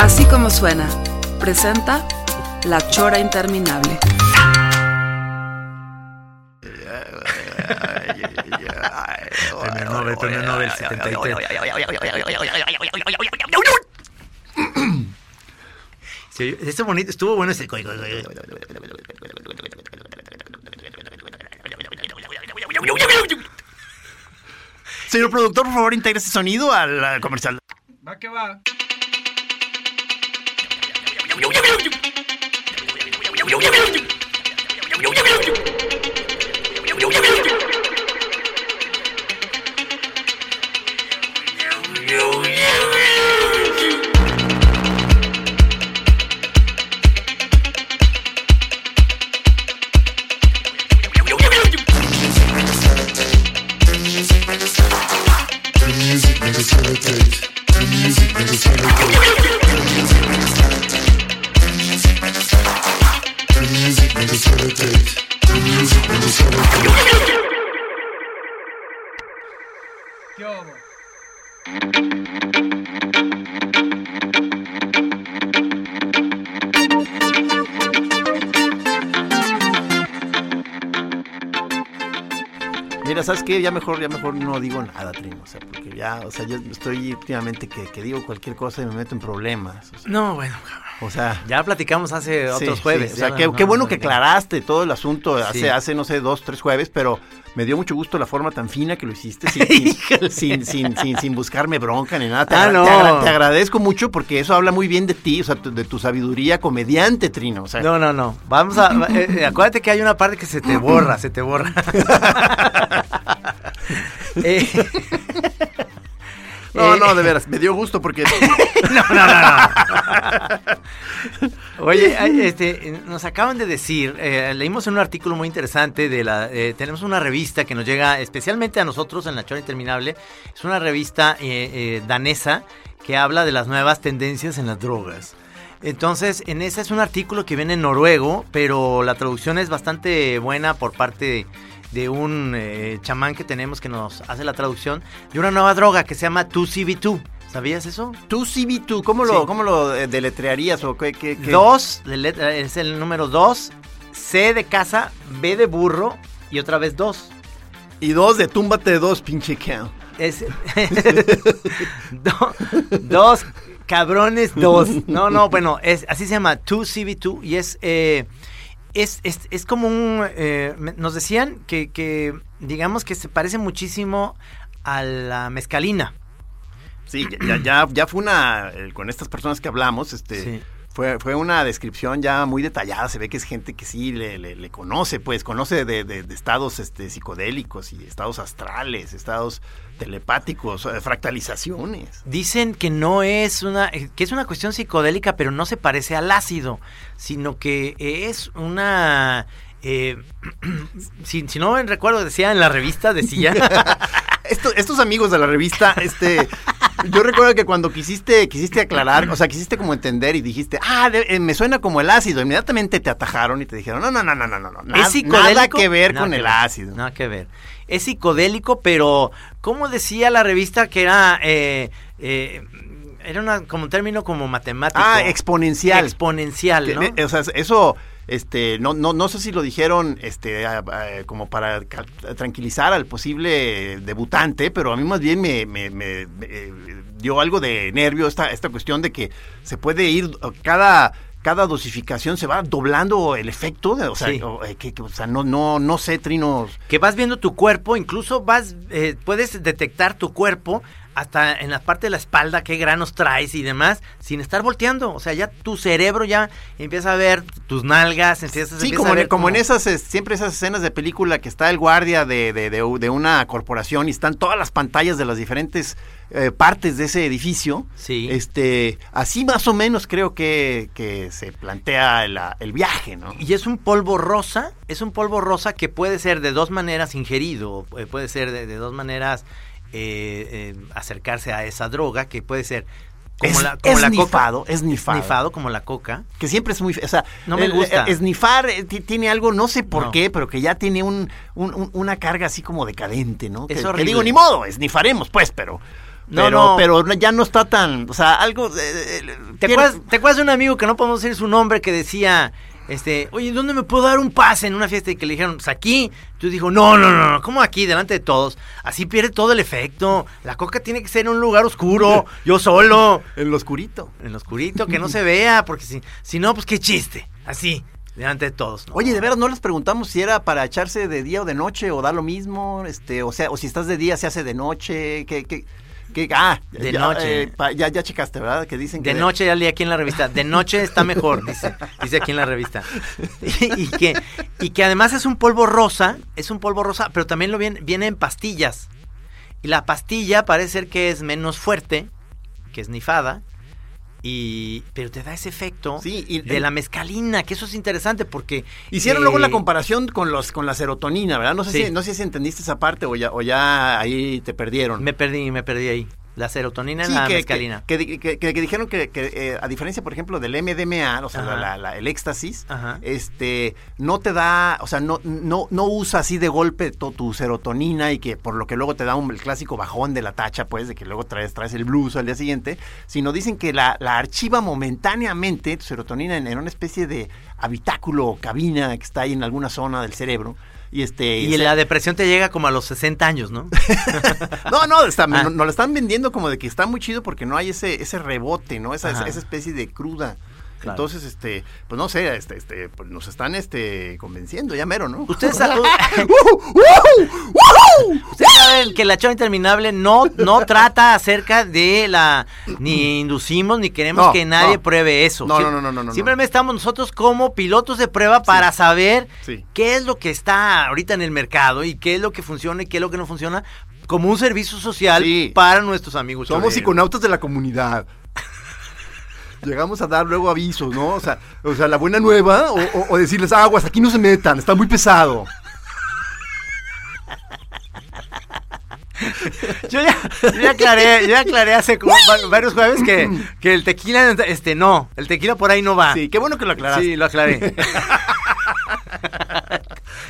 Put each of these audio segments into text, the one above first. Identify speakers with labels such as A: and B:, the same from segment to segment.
A: Así como suena, presenta La Chora Interminable.
B: Primer novel, primer novel, 73. Sí, este bonito, estuvo bueno ese. Señor productor, por favor, integra ese sonido al, al comercial.
C: Va que va. ¿Qué hubo?
B: Mira, ¿sabes qué? Ya mejor, ya mejor no digo nada, Trino. O sea, porque ya, o sea, yo estoy últimamente que, que digo cualquier cosa y me meto en problemas. O sea,
C: No, bueno, cabrón.
B: o sea,
C: Ya platicamos hace
B: sí,
C: otros
B: sí,
C: jueves.
B: o sea,
C: ya
B: qué,
C: no-
B: qué bueno
C: no-
B: que aclaraste todo el asunto hace,
C: Sí.
B: hace, no sé, dos, tres jueves, pero me dio mucho gusto la forma tan fina que lo hiciste sin, sin, sin, sin, sin- sin buscarme bronca ni nada. Te,
C: Ah,
B: agra-
C: no.
B: te agra- te agradezco mucho porque eso habla muy bien de ti, o sea, tu- de tu sabiduría comediante, Trino. O sea,
C: No, no, no. Vamos a. eh, eh, acuérdate que hay una parte que se te borra, se te borra. Eh,
B: no,
C: eh,
B: no, de veras, me dio gusto porque...
C: No, no, no, no. Oye, ay, este, nos acaban de decir, eh, leímos en un artículo muy interesante de la, eh, tenemos una revista que nos llega especialmente a nosotros en La Chora Interminable, es una revista eh, eh, danesa que habla de las nuevas tendencias en las drogas. Entonces, en ese es un artículo que viene en noruego, pero la traducción es bastante buena por parte de un eh, chamán que tenemos que nos hace la traducción de una nueva droga que se llama 2CB2. ¿Sabías eso?
B: Tú sí vi tú, ¿cómo lo,
C: Sí.
B: ¿cómo lo eh, deletrearías o qué? qué, qué?
C: 2, eh, es el número 2, C de casa, B de burro y otra vez 2.
B: Y dos de túmbate dos, pinche cow.
C: Es do- dos cabrones dos. No, no, bueno, es así se llama 2CB2 y es eh, es, es, es como un eh, me- nos decían que, que digamos que se parece muchísimo a la mezcalina.
B: Sí, ya, ya, ya fue una, eh, con estas personas que hablamos, este,
C: Sí.
B: fue, fue una descripción ya muy detallada, se ve que es gente que sí le, le- le conoce, pues, conoce de, de- de estados este, psicodélicos y estados astrales, estados telepáticos, eh, fractalizaciones.
C: Dicen que no es una, eh, que es una cuestión psicodélica, pero no se parece al ácido, sino que eh, es una, eh, si, si no me recuerdo, decía en la revista, decía,
B: Esto- estos amigos de la revista, este, yo recuerdo que cuando quisiste, quisiste aclarar, o sea, quisiste como entender y dijiste, ah, de- eh, me suena como el ácido, inmediatamente te atajaron y te dijeron, no, no, no, no, no, no, no, na-
C: es psicodélico.
B: nada que ver
C: Nada
B: con
C: que
B: el ácido.
C: Nada que ver. Es psicodélico, pero ¿cómo decía la revista que era, eh, eh, era una, como un término como matemático?
B: Ah, exponencial.
C: Exponencial, ¿no?
B: Que, eh, O sea, eso, este, no, no, no sé si lo dijeron, este, ah, ah, como para cal- tranquilizar al posible debutante, pero a mí más bien me, me- me- me, eh, dio algo de nervio esta, esta cuestión de que se puede ir o cada cada dosificación se va doblando el efecto, de- o sea,
C: Sí.
B: o, eh, que, que, o sea, no, no, no sé, trinos.
C: que vas viendo tu cuerpo, incluso vas, eh, puedes detectar tu cuerpo hasta en la parte de la espalda qué granos traes y demás, sin estar volteando. O sea, ya tu cerebro ya empieza a ver tus nalgas, empiezas,
B: Sí,
C: empieza
B: como,
C: a
B: en- e,
C: ver
B: como en esas, es- siempre esas escenas de película que está el guardia de, de- de u- de una corporación y están todas las pantallas de las diferentes eh, partes de ese edificio.
C: Sí.
B: Este, así más o menos creo que, que se plantea la- el viaje, ¿no?
C: Y es un polvo rosa, es un polvo rosa que puede ser de dos maneras ingerido, eh, puede ser de, de dos maneras eh, eh, acercarse a esa droga, que puede ser como
B: Es-
C: la, como
B: es
C: la
B: nifado,
C: coca.
B: es nifado.
C: como la coca.
B: Que siempre es muy. O sea,
C: No me gusta.
B: Esnifar eh, ti- tiene algo, no sé por
C: No.
B: qué, pero que ya tiene un, un- un- una carga así como decadente, ¿no?
C: Es
B: que, que
C: horrible.
B: digo, ni modo, esnifaremos, pues, pero.
C: No,
B: pero,
C: no.
B: pero ya no está tan. O sea, algo. eh, eh,
C: ¿Te
B: tiene-
C: acuerdas, te acuerdas de un amigo que no podemos decir su nombre que decía, este, oye, ¿dónde me puedo dar un pase en una fiesta? Y que le dijeron, pues aquí. Tú dijo, no, no, no, no, ¿cómo aquí? Delante de todos. Así pierde todo el efecto. La coca tiene que ser en un lugar oscuro, yo solo.
B: En lo oscurito.
C: En lo oscurito, que no se vea, porque si, si no, pues qué chiste. Así, delante de todos. ¿no?
B: Oye, de veras, no les preguntamos si era para echarse de día o de noche, o da lo mismo, este, o sea, o si estás de día se hace de noche, que, que, que- ah,
C: De
B: ya,
C: noche.
B: eh, pa- ya, ya checaste, ¿verdad? Que dicen que
C: De noche, ya leí aquí en la revista, de noche está mejor, dice, dice aquí en la revista. Y, y que, y que además es un polvo rosa, es un polvo rosa, pero también lo viene, viene en pastillas. Y la pastilla parece ser que es menos fuerte, que es nifada, y, pero te da ese efecto
B: Sí, y-
C: de la mezcalina, que eso es interesante porque...
B: Hicieron
C: eh,
B: luego la comparación con los con la serotonina, ¿verdad? No sé
C: Sí.
B: si no sé si entendiste esa parte o ya o ya ahí te perdieron.
C: Me perdí, me perdí ahí. La serotonina
B: Sí,
C: en la
B: que,
C: mezcalina.
B: que- que di- que- que- que dijeron que, que, eh, a diferencia, por ejemplo, del MDMA, o sea,
C: Ajá.
B: la- la- la- el éxtasis,
C: Ajá.
B: este, no te da, o sea, no, no, no usa así de golpe to- tu serotonina y que por lo que luego te da un, el clásico bajón de la tacha, pues, de que luego traes, traes el blues al día siguiente, sino dicen que la, la archiva momentáneamente tu serotonina en, en una especie de habitáculo o cabina que está ahí en alguna zona del cerebro. Y, este,
C: Y
B: se-
C: la depresión te llega como a los 60 años, ¿no?
B: No, no, está,
C: Ah.
B: no- nos lo están vendiendo como de que está muy chido porque no hay ese, ese rebote, ¿no? Esa,
C: Ajá.
B: esa especie de cruda.
C: Claro.
B: Entonces, este, pues no sé, este, este, pues nos están este convenciendo ya mero, ¿no?
C: Ustedes, sa- ustedes saben que la chora interminable no, no trata acerca de la. Ni inducimos ni queremos
B: No,
C: que nadie
B: no.
C: pruebe eso.
B: No,
C: Sie-
B: no, no, no, no, no.
C: Simplemente estamos nosotros como pilotos de prueba para saber
B: Sí.
C: qué es lo que está ahorita en el mercado y qué es lo que funciona y qué es lo que no funciona como un servicio social
B: Sí.
C: para nuestros amigos.
B: Somos
C: choreros.
B: psiconautas de la comunidad. Llegamos a dar luego avisos, ¿no? O sea, o sea la buena nueva, o, o- o decirles, aguas, aquí no se metan, está muy pesado.
C: Yo ya, yo ya aclaré, yo ya aclaré hace como va- varios jueves que, que el tequila, este, no, el tequila por ahí no va.
B: Sí, qué bueno que lo aclaraste.
C: Ah. Sí, lo aclaré.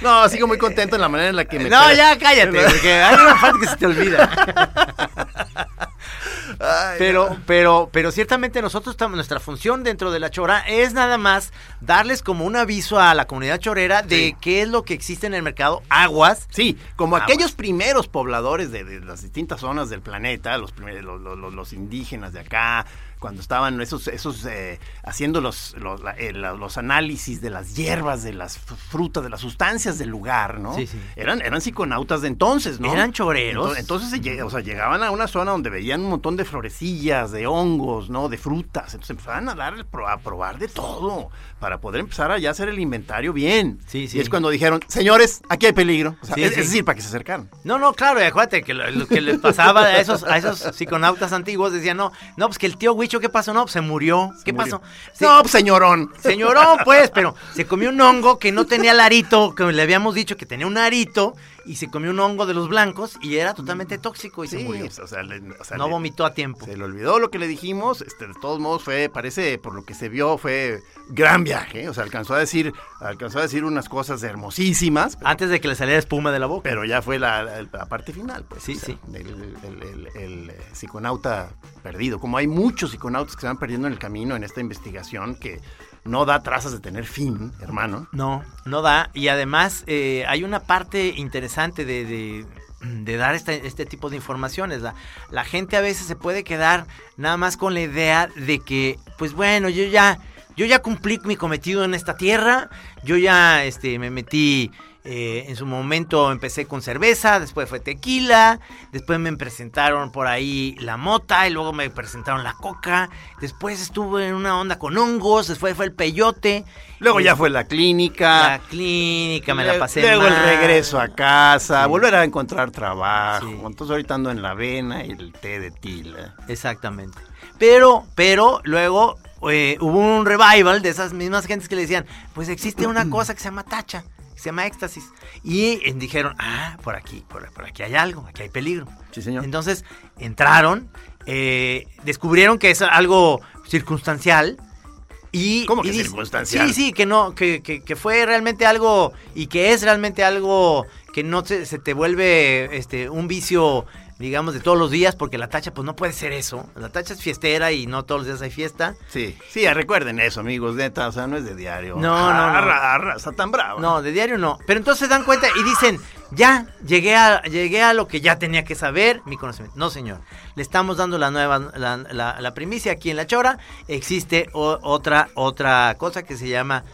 B: No, sigo muy contento en la manera en la que me.
C: no, ya cállate, porque hay una parte que se te olvida. Pero, pero, pero ciertamente nosotros estamos, nuestra función dentro de la chora es nada más darles como un aviso a la comunidad chorera de
B: Sí.
C: qué es lo que existe en el mercado, aguas.
B: Sí, como
C: Aguas.
B: aquellos primeros pobladores de, de las distintas zonas del planeta, los, primer- los, los- los- los indígenas de acá, cuando estaban esos, esos eh, haciendo los, los, la- eh, la- los análisis de las hierbas, de las fr- frutas, de las sustancias del lugar, ¿no?
C: Sí, sí.
B: Eran, eran psiconautas de entonces, ¿no?
C: Eran choreros.
B: Ento- Entonces, se llega- o sea, llegaban a una zona donde veían un montón de florecillas, de hongos, ¿no? De frutas. Entonces empezaban a dar, el pro- a probar de todo para poder empezar a ya hacer el inventario bien.
C: Sí, sí.
B: Y es cuando cuando dijeron, señores, aquí hay peligro. O sea,
C: Sí,
B: es,
C: sí.
B: es decir, para que se acercaran.
C: No, no, claro, y acuérdate que lo, lo que les pasaba a esos, a esos psiconautas antiguos decían, no, no, pues que el tío Huicho, ¿qué pasó? No, pues se murió. ¿Qué
B: Murió.
C: pasó? Se-
B: No, pues, señorón.
C: Señorón, pues, pero se comió un hongo que no tenía larito, que le habíamos dicho que tenía un arito, y se comió un hongo de los blancos y era totalmente tóxico y se
B: Sí,
C: murió.
B: o sea, le- o sea,
C: No
B: le-
C: vomitó a tiempo.
B: Se le olvidó lo que le dijimos. Este, de todos modos, fue, parece, por lo que se vio, fue gran viaje. O sea, alcanzó a decir, alcanzó a decir unas cosas hermosísimas. Pero,
C: Antes de que le saliera espuma de la boca.
B: pero ya fue la, la- la parte final, pues.
C: Sí,
B: o sea,
C: sí.
B: El, el- el- el, eh, psiconauta perdido. Como hay muchos psiconautas que se van perdiendo en el camino en esta investigación que no da trazas de tener fin, hermano.
C: No, no da. Y además eh, hay una parte interesante de, de- de dar este, este tipo de informaciones. La, la gente a veces se puede quedar nada más con la idea de que, pues bueno, yo ya, yo ya cumplí mi cometido en esta tierra, yo ya este, me metí eh, en su momento empecé con cerveza, después fue tequila, después me presentaron por ahí la mota y luego me presentaron la coca, después estuve en una onda con hongos, después fue el peyote.
B: Luego
C: y-
B: ya fue la clínica.
C: la clínica, me la
B: Lue-
C: pasé
B: Ah, Luego el
C: mal.
B: regreso a casa, volver a encontrar trabajo.
C: Sí.
B: Entonces ahorita ando en la avena y el té de tila.
C: Exactamente. Pero, pero luego eh, hubo un revival de esas mismas gentes que le decían, pues existe una cosa que se llama tacha, que se llama éxtasis. Y eh, dijeron, ah, por aquí, por, por aquí hay algo, aquí hay peligro.
B: Sí, señor.
C: Entonces entraron, eh, descubrieron que es algo circunstancial. Y,
B: ¿Cómo
C: y
B: que
C: dice-
B: circunstancial?
C: Sí, sí, que no, que, que- que fue realmente algo y que es realmente algo que no se, se te vuelve este un vicio, digamos, de todos los días, porque la tacha, pues no puede ser eso. La tacha es fiestera y no todos los días hay fiesta.
B: Sí, sí, recuerden eso, amigos, neta, o sea, no es de diario.
C: No, no, no.
B: Arra, arra, está tan bravo.
C: No, de diario no. Pero entonces se dan cuenta y dicen, ya, llegué a, llegué a lo que ya tenía que saber, mi conocimiento. No, señor. Le estamos dando la nueva, la, la- la primicia aquí en La Chora. Existe o- otra, otra cosa que se llama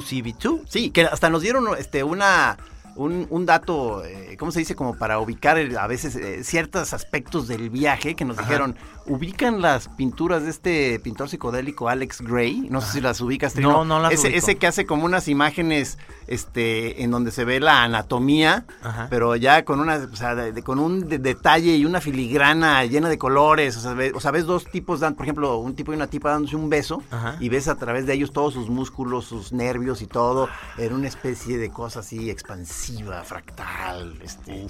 C: 2CB2.
B: Sí, que hasta nos dieron este una un, un dato, eh, ¿cómo se dice? Como para ubicar el- a veces eh, ciertos aspectos del viaje que nos dijeron, ubican las pinturas de este pintor psicodélico Alex Gray, no sé si las ubicas, Trino.
C: Ah. No, no las
B: ese,
C: ubico.
B: ese que hace como unas imágenes este, en donde se ve la anatomía,
C: Ajá.
B: pero ya con, una, o sea, de- de- con un de- detalle y una filigrana llena de colores, o sea, ve- o sea, ves dos tipos, dan, por ejemplo, un tipo y una tipa dándose un beso,
C: Ajá.
B: y ves a través de ellos todos sus músculos, sus nervios y todo, en una especie de cosa así expansiva, fractal, este.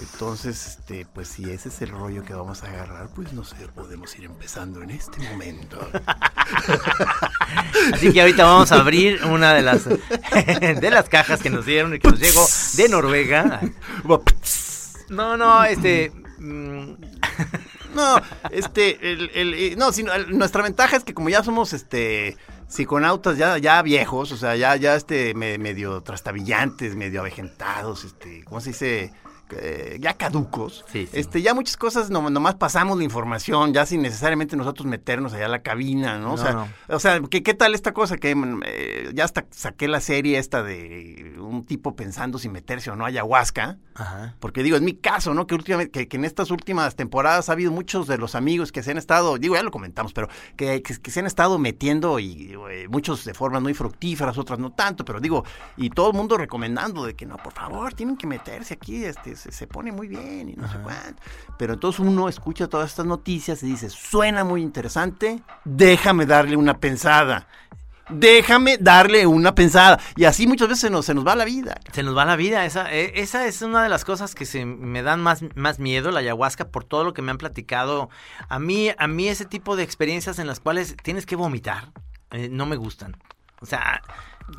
B: Entonces, este, pues si ese es el rollo que vamos a agarrar, pues no sé, podemos ir empezando en este momento.
C: Así que ahorita vamos a abrir una de las, de las cajas que nos dieron y que nos llegó de Noruega. No, no, este... mm,
B: No, este, el, el- eh, no, sino, el- nuestra ventaja es que como ya somos, este, psiconautas ya, ya viejos, o sea, ya, ya, este, me- medio trastabillantes, medio avejentados, este, ¿cómo se dice? Eh, ya caducos.
C: Sí, sí.
B: Este, ya muchas cosas nom- nomás pasamos la información, ya sin necesariamente nosotros meternos allá a la cabina, ¿no? o
C: No,
B: sea,
C: no.
B: o sea, ¿qué, qué tal esta cosa que mm, eh, ya hasta saqué la serie esta de un tipo pensando si meterse o no a ayahuasca?
C: Ajá.
B: Porque digo, es mi caso, ¿no? Que últimamente, que, que en estas últimas temporadas ha habido muchos de los amigos que se han estado, digo, ya lo comentamos, pero que, que- que se han estado metiendo y eh, muchos de formas muy fructíferas, otras no tanto, pero digo, y todo el mundo recomendando de que no, por favor, tienen que meterse aquí, este, se, se pone muy bien y no sé cuánto. Pero entonces uno escucha todas estas noticias y dice, suena muy interesante, déjame darle una pensada. Déjame darle una pensada. Y así muchas veces se nos, se nos va la vida.
C: Se nos va la vida. Esa, e- esa es una de las cosas que se me dan más, más miedo, la ayahuasca, por todo lo que me han platicado. A mí, a mí ese tipo de experiencias en las cuales tienes que vomitar, eh, no me gustan. O sea,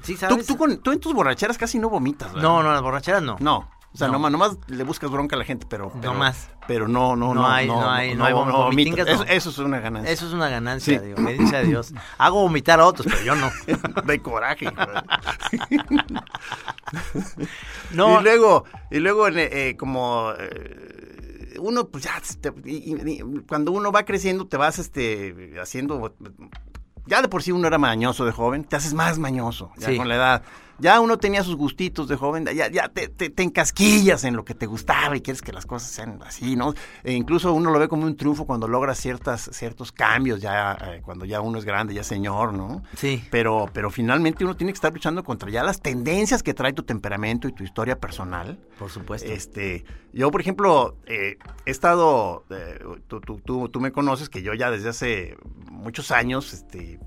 C: sí
B: Tú,
C: sabes.
B: tú con- tú en tus borracheras casi no vomitas, ¿verdad?
C: No, no, las borracheras no.
B: No. O sea,
C: No.
B: Nomás, nomás le buscas bronca a la gente, pero. pero-
C: Nomás.
B: Pero no, no, no.
C: No hay- no hay- no hay vom-
B: vomitas.
C: vomitingas,
B: Eso,
C: no.
B: eso es una ganancia.
C: Eso es una ganancia,
B: Sí.
C: digo, bendice a Dios. Hago vomitar a otros, pero yo no.
B: de coraje. güey.
C: No,
B: Y luego, y luego en, eh, eh, como eh, uno, pues ya, te- y- y- y cuando uno va creciendo, te vas este, haciendo, ya de por sí uno era mañoso de joven, te haces más mañoso ya
C: Sí.
B: con la edad. Ya uno tenía sus gustitos de joven, ya, ya te, te- te encasquillas en lo que te gustaba y quieres que las cosas sean así, ¿no? E incluso uno lo ve como un triunfo cuando logra ciertas, ciertos cambios, ya eh, cuando ya uno es grande, ya es señor, ¿no?
C: sí.
B: Pero, pero finalmente uno tiene que estar luchando contra ya las tendencias que trae tu temperamento y tu historia personal.
C: Por supuesto.
B: Este, yo, por ejemplo, eh, he estado, eh, tú, tú- tú- tú me conoces, que yo ya desde hace muchos años, este,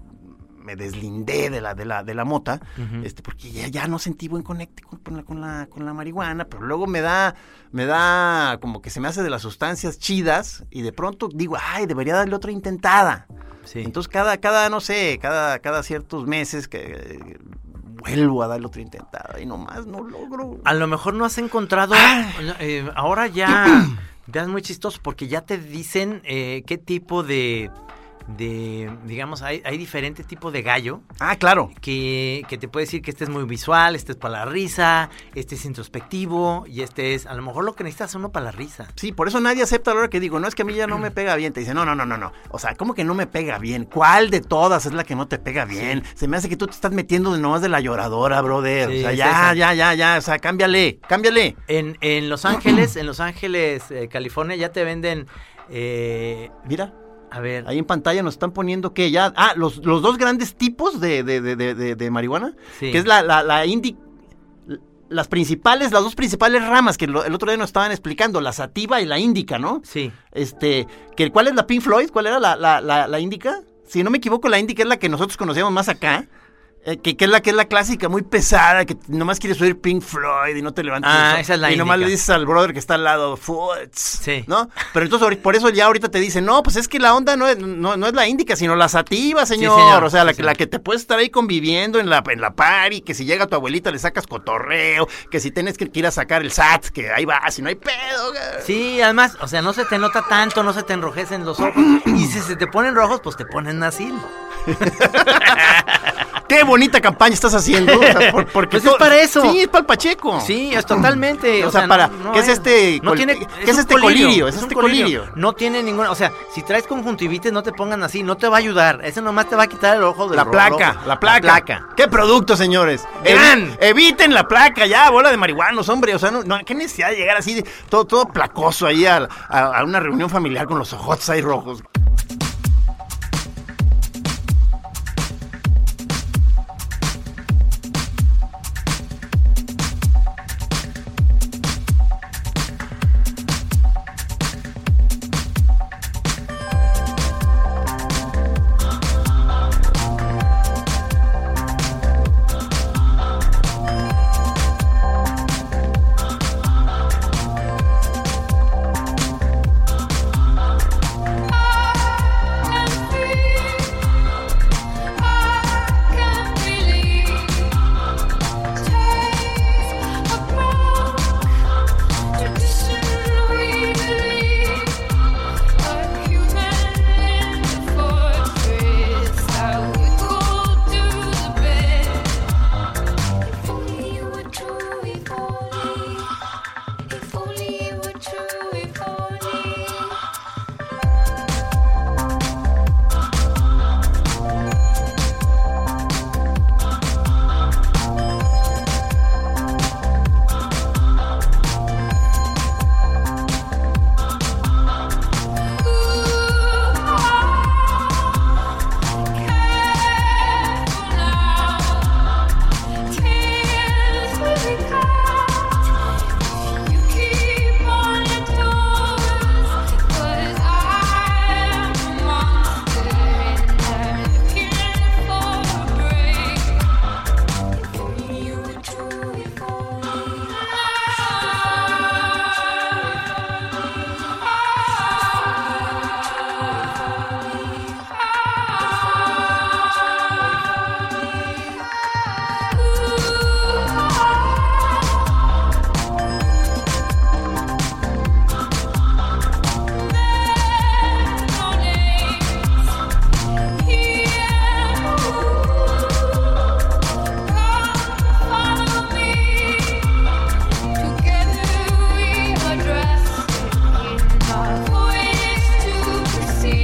B: me deslindé de la, de la, de la mota,
C: Ujú.
B: este, porque ya, ya no sentí buen conecte con, con la, con, la, con la marihuana, pero luego me da, me da como que se me hace de las sustancias chidas y de pronto digo, ay, debería darle otra intentada.
C: sí.
B: Entonces cada, cada, no sé, cada, cada ciertos meses que eh, vuelvo a darle otra intentada y nomás no logro.
C: A lo mejor no has encontrado.
B: Ah.
C: eh, ahora ya. Ya es muy chistoso porque ya te dicen eh, qué tipo de. de, digamos, hay, hay diferente tipo de gallo
B: Ah, claro.
C: que, que te puede decir que este es muy visual, este es para la risa, este es introspectivo y este es, a lo mejor lo que necesitas es uno para la risa.
B: Sí, por eso nadie acepta a la hora que digo, no es que a mí ya no me pega bien. Te dice, no, no, no, no, no. O sea, ¿cómo que no me pega bien? ¿Cuál de todas es la que no te pega bien? Se me hace que tú te estás metiendo de nomás de la lloradora, brother.
C: Sí,
B: o sea,
C: es
B: ya,
C: esa.
B: ya, ya, ya. O sea, cámbiale, cámbiale.
C: En, en Los Ángeles, en Los Ángeles, eh, California, ya te venden, eh,
B: Mira,
C: a ver,
B: ahí en pantalla nos están poniendo que ya. Ah, los, los dos grandes tipos de, de, de, de, de- de marihuana.
C: Sí.
B: Que es la, la, la indi- Las principales, las dos principales ramas que lo- el otro día nos estaban explicando, la sativa y la índica, ¿no?
C: sí.
B: Este, que, ¿cuál es la Pink Floyd? ¿Cuál era la, la, la, la índica? Si no me equivoco, la índica es la que nosotros conocemos más acá. eh, que, que es la que es la clásica, muy pesada, que nomás quieres oír Pink Floyd y no te levantas.
C: Ah,
B: eso.
C: esa es la
B: Y nomás
C: índica.
B: le dices al brother que está al lado, "Foots",
C: Sí.
B: ¿no? Pero entonces ahori- por eso ya ahorita te dicen, no, pues es que la onda no es, no, no es la índica, sino la sativa, señor.
C: señor,
B: O sea, la,
C: sí,
B: que-
C: señor.
B: la que te puedes estar ahí conviviendo en la, en la party, que si llega tu abuelita le sacas cotorreo, que si tienes que, que ir a sacar el SAT, que ahí va, si no hay pedo. güey.
C: Sí, además, o sea, no se te nota tanto, no se te enrojecen los ojos. Y si se te ponen rojos, pues te ponen así.
B: Qué bonita campaña estás haciendo. o sea, por- porque
C: Pues es
B: to-
C: para eso.
B: Sí, es para el Pacheco.
C: Sí, es totalmente.
B: O sea, para- ¿qué es este
C: No
B: col-
C: tiene,
B: qué es
C: un
B: este colirio? Es
C: un
B: este colirio.
C: No tiene ninguna. O sea, si traes conjuntivitis, no te pongan así, no te va a ayudar. Ese nomás te va a quitar el ojo de
B: La placa, la placa, Qué producto, señores. Evi-
C: Gran.
B: eviten la placa, ya, bola de marihuanos, hombre. O sea, no, no, qué necesidad de llegar así, de- todo, todo placoso ahí a, a- a una reunión familiar con los ojos ahí rojos.
D: If only you were true, if only Thank you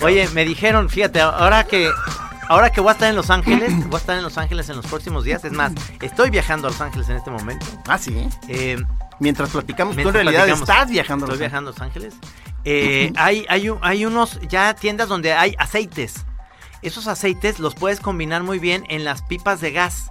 C: Oye, me dijeron, fíjate, ahora que. Ahora que voy a estar en Los Ángeles, voy a estar en Los Ángeles en los próximos días. Es más, estoy viajando a Los Ángeles en este momento.
B: Ah, sí. ¿eh?
C: Eh,
B: Mientras platicamos, tú
C: Mientras
B: en realidad
C: platicamos.
B: estás viajando.
C: Estoy
B: Rosana.
C: viajando a Los Ángeles. Eh, hay, hay, un- hay unos ya tiendas donde hay aceites. Esos aceites los puedes combinar muy bien en las pipas de gas.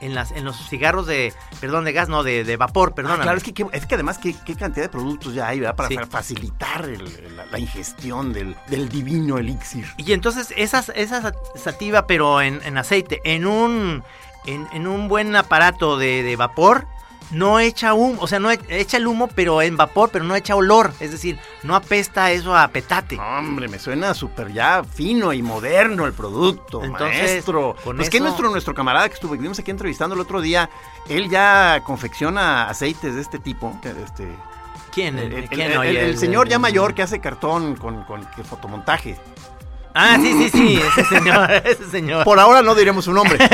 C: En, las, en los cigarros de, perdón, de gas, no, de, de vapor, perdón.
B: Ah, claro, es que, que- es que además, ¿qué, qué cantidad de productos ya hay, ¿verdad? Para
C: Sí.
B: fa- facilitar el- la, la ingestión del, del divino elixir.
C: Y entonces esas, esa sat- sativa, pero en, en aceite, en un, en, en un buen aparato de, de vapor, no echa humo, o sea, no e- echa el humo, pero en vapor, pero no echa olor. Es decir, no apesta eso a petate.
B: Hombre, me suena súper ya fino y moderno el producto,
C: Entonces,
B: maestro.
C: con
B: Pues que
C: eso-
B: nuestro, nuestro camarada que estuvo, que vimos aquí entrevistando el otro día, él ya confecciona aceites de este tipo. que, Este,
C: ¿Quién?
B: el, el-
C: ¿Quién?
B: el-
C: Oye,
B: el- el señor ya mayor que hace cartón con, con que fotomontaje.
C: Ah, sí, sí, sí, ese señor, ese señor.
B: Por ahora no diremos su nombre.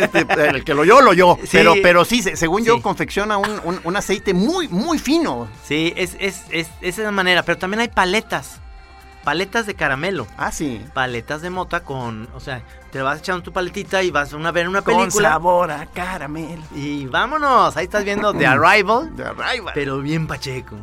B: Este, el que lo oyó, lo oyó.
C: Sí.
B: Pero, pero sí, se- según
C: Sí.
B: yo, confecciona un, un- un aceite muy, muy fino.
C: Sí, es, es, es, es esa manera, pero también hay paletas. Paletas de caramelo.
B: Ah, sí.
C: Paletas de mota con, o sea, te vas echando tu paletita y vas a una, ver una
B: Con
C: película.
B: sabor a caramel.
C: Y vámonos, ahí estás viendo The Arrival,
B: De Arrival.
C: pero bien pacheco.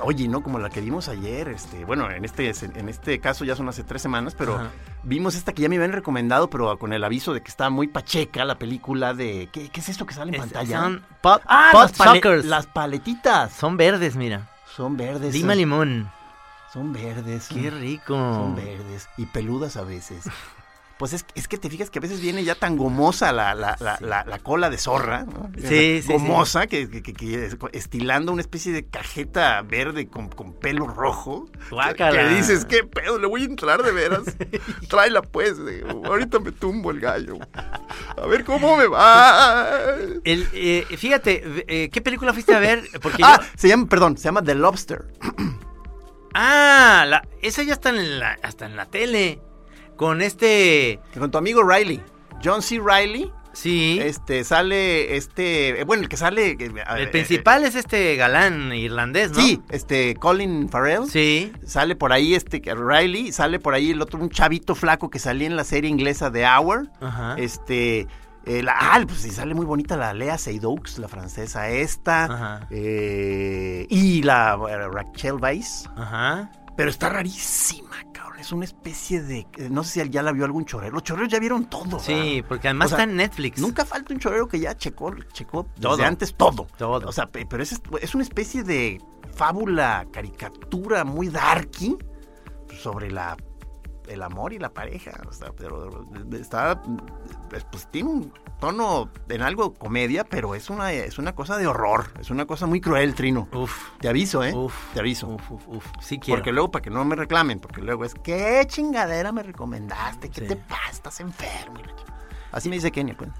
B: Oye, ¿no? Como la que vimos ayer, este, bueno, en este, en este caso ya son hace tres semanas, pero
C: Ajá.
B: vimos esta que ya me habían recomendado, pero con el aviso de que está muy pacheca la película de. ¿Qué, qué es esto que sale en
C: Es-
B: pantalla?
C: Son pop,
B: ah,
C: pop
B: las, pale-
C: suckers.
B: las paletitas.
C: Son verdes, mira.
B: Son verdes.
C: Lima limón.
B: Son verdes.
C: Qué rico.
B: Son verdes. Y peludas a veces. Pues es, es que te fijas que a veces viene ya tan gomosa la, la, la, la- la cola de zorra, ¿no?
C: Sí, sí, sí.
B: Gomosa, que- Que, que- que es- estilando una especie de cajeta verde con, con pelo rojo.
C: Guácala.
B: Que dices, qué pedo, le voy a entrar de veras. Tráela pues, eh, ahorita me tumbo el gallo. A ver cómo me va.
C: El, eh, fíjate, eh, ¿qué película fuiste a ver? Porque yo-
B: Ah, se llama, perdón, se llama The Lobster.
C: Ah, la, esa ya está en la, hasta en la tele. Con este.
B: Con tu amigo Riley. John C. Riley.
C: Sí.
B: Este, sale, este, eh, bueno, el que sale. eh, eh,
C: el
B: eh,
C: principal es este galán irlandés, ¿no?
B: Sí, este, Colin Farrell.
C: Sí.
B: Sale por ahí este que- Riley, sale por ahí el otro, un chavito flaco que salía en la serie inglesa The Hour.
C: Ajá.
B: Este, eh, la- ah, pues sí, sale muy bonita la Lea Seydoux, la francesa esta.
C: Ajá.
B: eh, y la eh, Rachel Weisz.
C: Ajá.
B: Pero está rarísima, cabrón. Es una especie de, eh, no sé si ya la vio algún chorero. Los choreros ya vieron todo.
C: Sí,
B: ¿verdad?
C: porque
B: O
C: además
B: sea,
C: está en Netflix.
B: Nunca falta un chorero que ya checó, checó
C: Todo.
B: desde antes todo.
C: Todo.
B: O sea, pe- pero es, es una especie de fábula, caricatura muy darky sobre la el amor y la pareja. O sea, pero está pues, pues, tiene un tono en algo comedia, pero es una es una cosa de horror, es una cosa muy cruel, Trino.
C: Uf.
B: Te aviso, ¿eh?
C: Uf.
B: Te aviso.
C: Uf, uf, uf. Sí quiero.
B: Porque luego, para que no me reclamen, porque luego es, ¿qué chingadera me recomendaste? ¿Qué
C: Sí.
B: te pasa? Estás enfermo. y la ch- Así me dice Kenia, pues.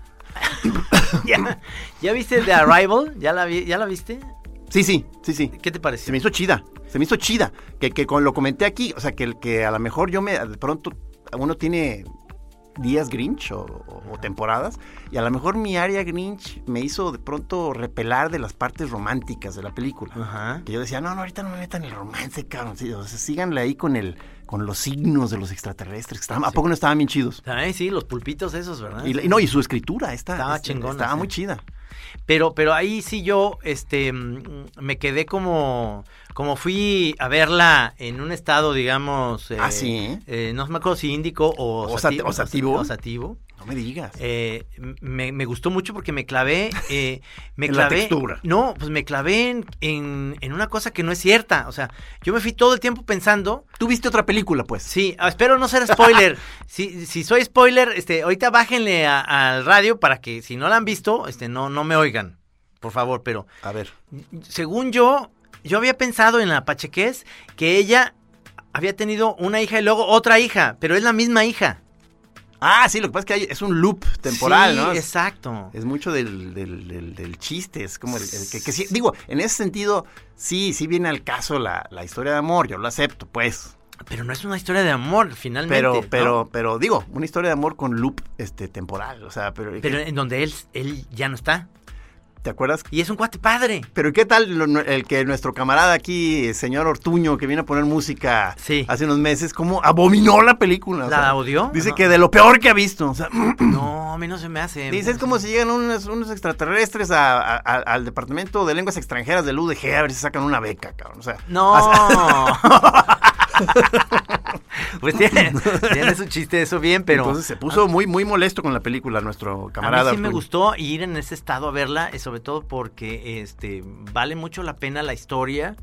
C: ya, ¿Ya viste The Arrival? ¿Ya la, vi- ¿Ya la viste?
B: Sí, sí, sí, sí.
C: ¿Qué te
B: Se me
C: pareció?
B: hizo chida, se me hizo chida. Que, que con lo comenté aquí, o sea, que, el- que a lo mejor yo me, de pronto, uno tiene días Grinch o, o- o temporadas, y a lo mejor mi área Grinch me hizo de pronto repelar de las partes románticas de la película.
C: Ajá.
B: Que yo decía, no, no, ahorita no me metan el romance, cabrón. Sí, o sea, síganle ahí con el, con los signos de los extraterrestres. que estaban- ¿A poco no estaban bien chidos?
C: Ay, sí, los pulpitos esos, ¿verdad?
B: Y, la- y no, y su escritura esta,
C: Ah, Estaba
B: es-
C: chingona,
B: Estaba
C: sí.
B: muy chida.
C: Pero, pero ahí sí yo, este, mm, me quedé como, como fui a verla en un estado, digamos, eh,
B: Ah, ¿sí?
C: eh, no me acuerdo si índico o,
B: O
C: sati-
B: sati- o sativo.
C: o sativo.
B: No me digas.
C: Eh, me, me gustó mucho porque me clavé, eh, me
B: En la
C: clavé,
B: textura.
C: no, pues me clavé en, en, en una cosa que no es cierta, o sea, yo me fui todo el tiempo pensando
B: ¿Tú viste otra película, pues?
C: Sí, ah, espero no ser spoiler. si, si soy spoiler, este, ahorita bájenle a- al radio para que si no la han visto, este, no, no me oigan, por favor. Pero
B: A ver.
C: según yo, yo había pensado en la Pachequés que ella había tenido una hija y luego otra hija, pero es la misma hija.
B: Ah, sí, lo que pasa es que hay- es un loop temporal,
C: Sí,
B: ¿no? Es,
C: Exacto.
B: es mucho del, del- del- del chiste, es como el, el que, que sí- digo, en ese sentido, sí, sí viene al caso la, la historia de amor, yo lo acepto, pues.
C: Pero no es una historia de amor, finalmente.
B: Pero,
C: ¿no?
B: pero, pero digo, una historia de amor con loop este temporal. O sea, pero, eh,
C: Pero en donde él, él ya no está.
B: ¿te acuerdas?
C: Y es un cuate padre.
B: Pero ¿qué tal lo- el que nuestro camarada aquí, señor Ortuño, que viene a poner música
C: Sí.
B: hace unos meses, cómo abominó la película? o
C: ¿La
B: sea,
C: odió?
B: Dice
C: No.
B: que de lo peor que ha visto. O sea,
C: No, a mí no se me hace.
B: Dice, es como si llegan unos, unos extraterrestres a- a- a- al Departamento de Lenguas Extranjeras del UDG a ver si sacan una beca, cabrón. O sea,
C: No. pues tiene, tiene su chiste eso bien, pero
B: entonces se puso muy, muy molesto con la película nuestro
C: a mí
B: camarada.
C: sí me
B: Arturo.
C: gustó ir en ese estado a verla, eh, sobre todo porque este vale mucho la pena la historia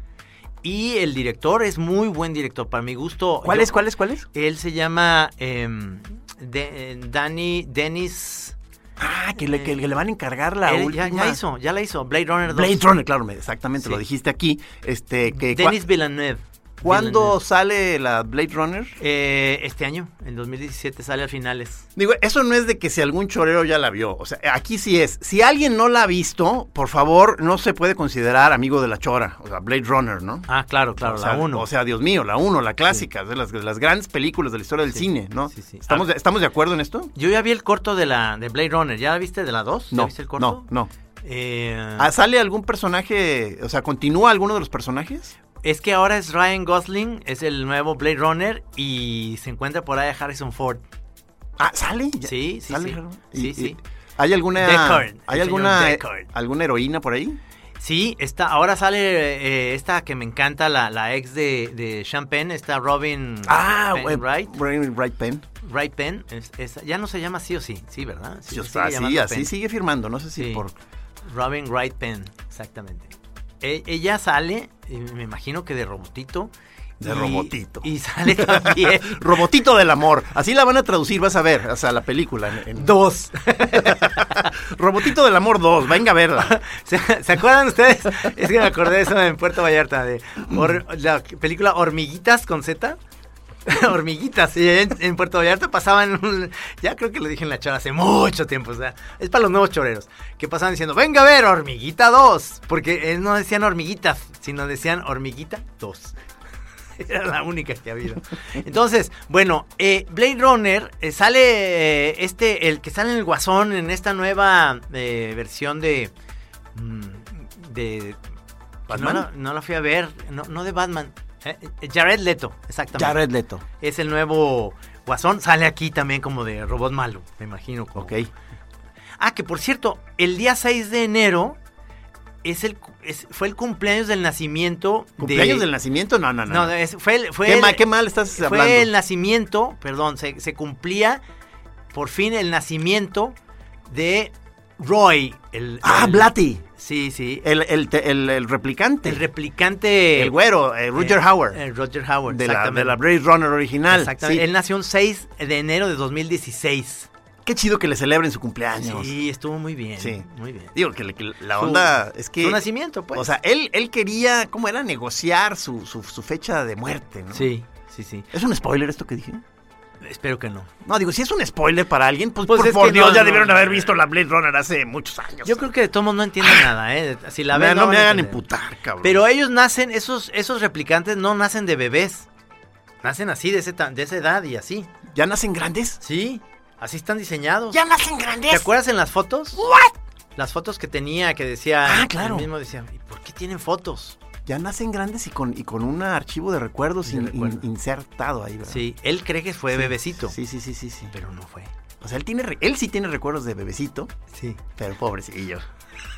C: y el director es muy buen director para mi gusto.
B: ¿Cuál
C: Yo-
B: es, cuál es, cuál es?
C: Él se llama em, De- eh, Danny Dennis
B: Ah, que le, que le van a encargar la
C: Él ya,
B: última.
C: ya hizo, ya la hizo. Blade Runner 2.
B: Blade Runner, claro, me- exactamente,
C: Sí.
B: lo dijiste aquí. Este, que cua-
C: Denis Villeneuve.
B: ¿Cuándo
C: Villeneuve.
B: sale la Blade Runner?
C: Eh, este año, en 2017, sale a finales.
B: Digo, eso no es de que si algún chorero ya la vio. O sea, aquí sí es. Si alguien no la ha visto, por favor, no se puede considerar amigo de la chora. O sea, Blade Runner, ¿no?
C: Ah, claro, claro,
B: o
C: la
B: sea,
C: 1.
B: O sea, Dios mío, la 1, la clásica, de las, de las grandes películas de la historia del cine, ¿no?
C: sí, sí.
B: ¿Estamos, de, ¿Estamos de acuerdo en esto?
C: Yo ya vi el corto de la de Blade Runner. ¿Ya viste de la 2? ¿Ya
B: No,
C: viste el corto?
B: no, no.
C: Eh,
B: Ah, ¿Sale algún personaje, o sea, continúa alguno de los personajes?
C: es que ahora es Ryan Gosling, es el nuevo Blade Runner y se encuentra por ahí Harrison Ford.
B: Ah, ¿sale? Ya-
C: Sí, sí,
B: ¿sale,
C: sí.
B: Harold?
C: Sí,
B: Y- y-
C: sí.
B: ¿Hay alguna,
C: Deckard,
B: ¿hay
C: el señor
B: alguna,
C: Deckard.
B: alguna heroína por ahí?
C: Sí, esta, ahora sale eh, esta que me encanta, la, la ex de, de Sean Penn, esta Robin Penn,
B: eh,
C: Ah, Wright.
B: Brian Wright Penn.
C: Wright Penn. es- esa- ya no se llama sí o sí, sí, ¿verdad?
B: Sí,
C: se
B: o
C: sigue
B: sea, así,
C: llamando
B: así
C: Penn.
B: sigue firmando, no sé si
C: Sí.
B: por...
C: Robin Wright Penn, exactamente. E- ella sale, eh, me imagino que de robotito.
B: De robotito.
C: Y sale también.
B: Robotito del amor, así la van a traducir, vas a ver, o sea, la película. en- en-
C: Dos.
B: Robotito del amor 2, venga a verla.
C: ¿Se, se acuerdan ustedes? Es que me acordé de eso en Puerto Vallarta, de hor- la película Hormiguitas con Z. Hormiguitas, y en, en Puerto Vallarta pasaban, un- ya creo que lo dije en la chava hace mucho tiempo, o sea, es para los nuevos choreros, que pasaban diciendo, venga a ver, hormiguita 2, porque eh, no decían hormiguitas, sino decían hormiguita 2. Era la única que ha habido. Entonces, bueno, eh, Blade Runner eh, sale eh, este, el que sale en el Guasón en esta nueva eh, versión de. mm, de.
B: ¿Batman?
C: No, la- no la fui a ver, no, no de Batman. eh, eh, Jared Leto, exactamente.
B: Jared Leto.
C: Es el nuevo Guasón. Sale aquí también como de robot malo, me imagino. como-
B: Ok.
C: Ah, que por cierto, el día 6 de enero es el, cu- es- fue el cumpleaños del nacimiento. de-
B: ¿Cumpleaños del nacimiento? No, no, no.
C: no, es- fue el. Fue
B: ¿Qué,
C: el-
B: mal, ¿Qué mal estás
C: fue
B: hablando?
C: el nacimiento, perdón, se, se cumplía por fin el nacimiento de Roy. El,
B: Ah,
C: el-
B: Blatty.
C: Sí, sí. El,
B: El, el, te- el- el replicante. El,
C: replicante.
B: güero, eh, Roger
C: eh,
B: Howard.
C: eh, Roger Howard,
B: de, la,
C: exactamente.
B: de la Blade Runner original.
C: Exactamente.
B: Sí.
C: Él nació un 6 de enero de 2016.
B: Qué chido que le celebren su cumpleaños.
C: Sí, estuvo muy bien.
B: Sí.
C: Muy bien.
B: Digo, que, le- que la
C: Su-
B: onda es que...
C: Su nacimiento, pues.
B: O sea, eh, él, él quería, ¿cómo era? Negociar su, su, su fecha de muerte, ¿no?
C: sí, sí, sí.
B: ¿Es un spoiler esto que dije?
C: Espero que no.
B: No, digo, si es un spoiler para alguien, pues,
C: Pues
B: por,
C: es
B: por
C: que
B: Dios,
C: no,
B: ya
C: no,
B: debieron
C: no.
B: haber visto la Blade Runner hace muchos años.
C: Yo creo que de todos modos no entienden nada, ¿eh? Si la
B: Me-
C: ven,
B: Ah. no, me
C: van a
B: hagan
C: entender.
B: emputar, cabrón.
C: Pero ellos nacen, esos, esos replicantes no nacen de bebés. Nacen así, de, ese, ta- de esa edad y así.
B: ¿Ya nacen grandes?
C: Sí, así están diseñados.
B: nacen
C: ¿Te
B: grandes!
C: acuerdas en las fotos? Las fotos que tenía, que decía...
B: Ah,
C: él
B: claro.
C: mismo decía, "¿Y por qué tienen fotos?
B: Ya nacen grandes y con, y con un archivo de recuerdos
C: De
B: in- in-
C: recuerdos.
B: insertado ahí, ¿verdad?
C: Sí, él cree que fue bebecito.
B: Sí, sí, sí, sí, sí.
C: Pero no fue.
B: O sea, él, tiene, re- él sí tiene recuerdos de bebecito,
C: Sí.
B: pero pobrecillo.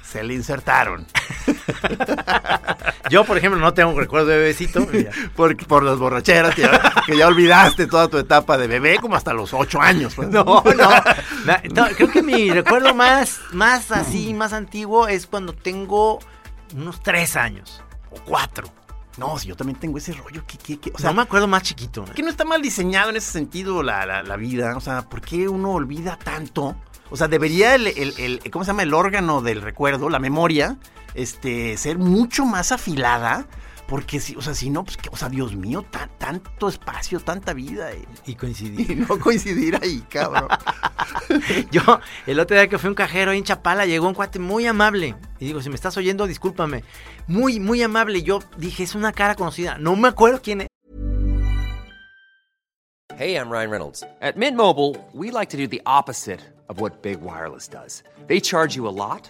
B: Se le insertaron.
C: Yo, por ejemplo, no tengo recuerdo de bebecito. Mira.
B: Por, por las borracheras que ya, que ya olvidaste toda tu etapa de bebé, como hasta los ocho años. pues.
C: No, no. Na- no, Creo que mi recuerdo más, más así, más antiguo es cuando tengo unos tres años o cuatro.
B: No, si yo también tengo ese rollo. que, que- que- o
C: O
B: sea,
C: sea, no me acuerdo más chiquito. ¿no?
B: que no está mal diseñado en ese sentido la, la- la vida. O sea, ¿por qué uno olvida tanto? O sea, debería el, el- el- ¿cómo se llama? El órgano del recuerdo, la memoria, este, ser mucho más afilada. Porque si, o sea, si no, pues, que- o sea, Dios mío, tan- tanto espacio, tanta vida. eh,
C: Y coincidí.
B: Y no coincidir ahí, cabrón.
C: Yo, el otro día que fui a un cajero ahí en Chapala, llegó un cuate muy amable. Y digo, si me estás oyendo, discúlpame. Muy, muy amable. Yo dije, es una cara conocida. No me acuerdo quién es.
E: Hey, I'm Ryan Reynolds. At Mint Mobile, we like to do the opposite of what Big Wireless does. They charge you a lot,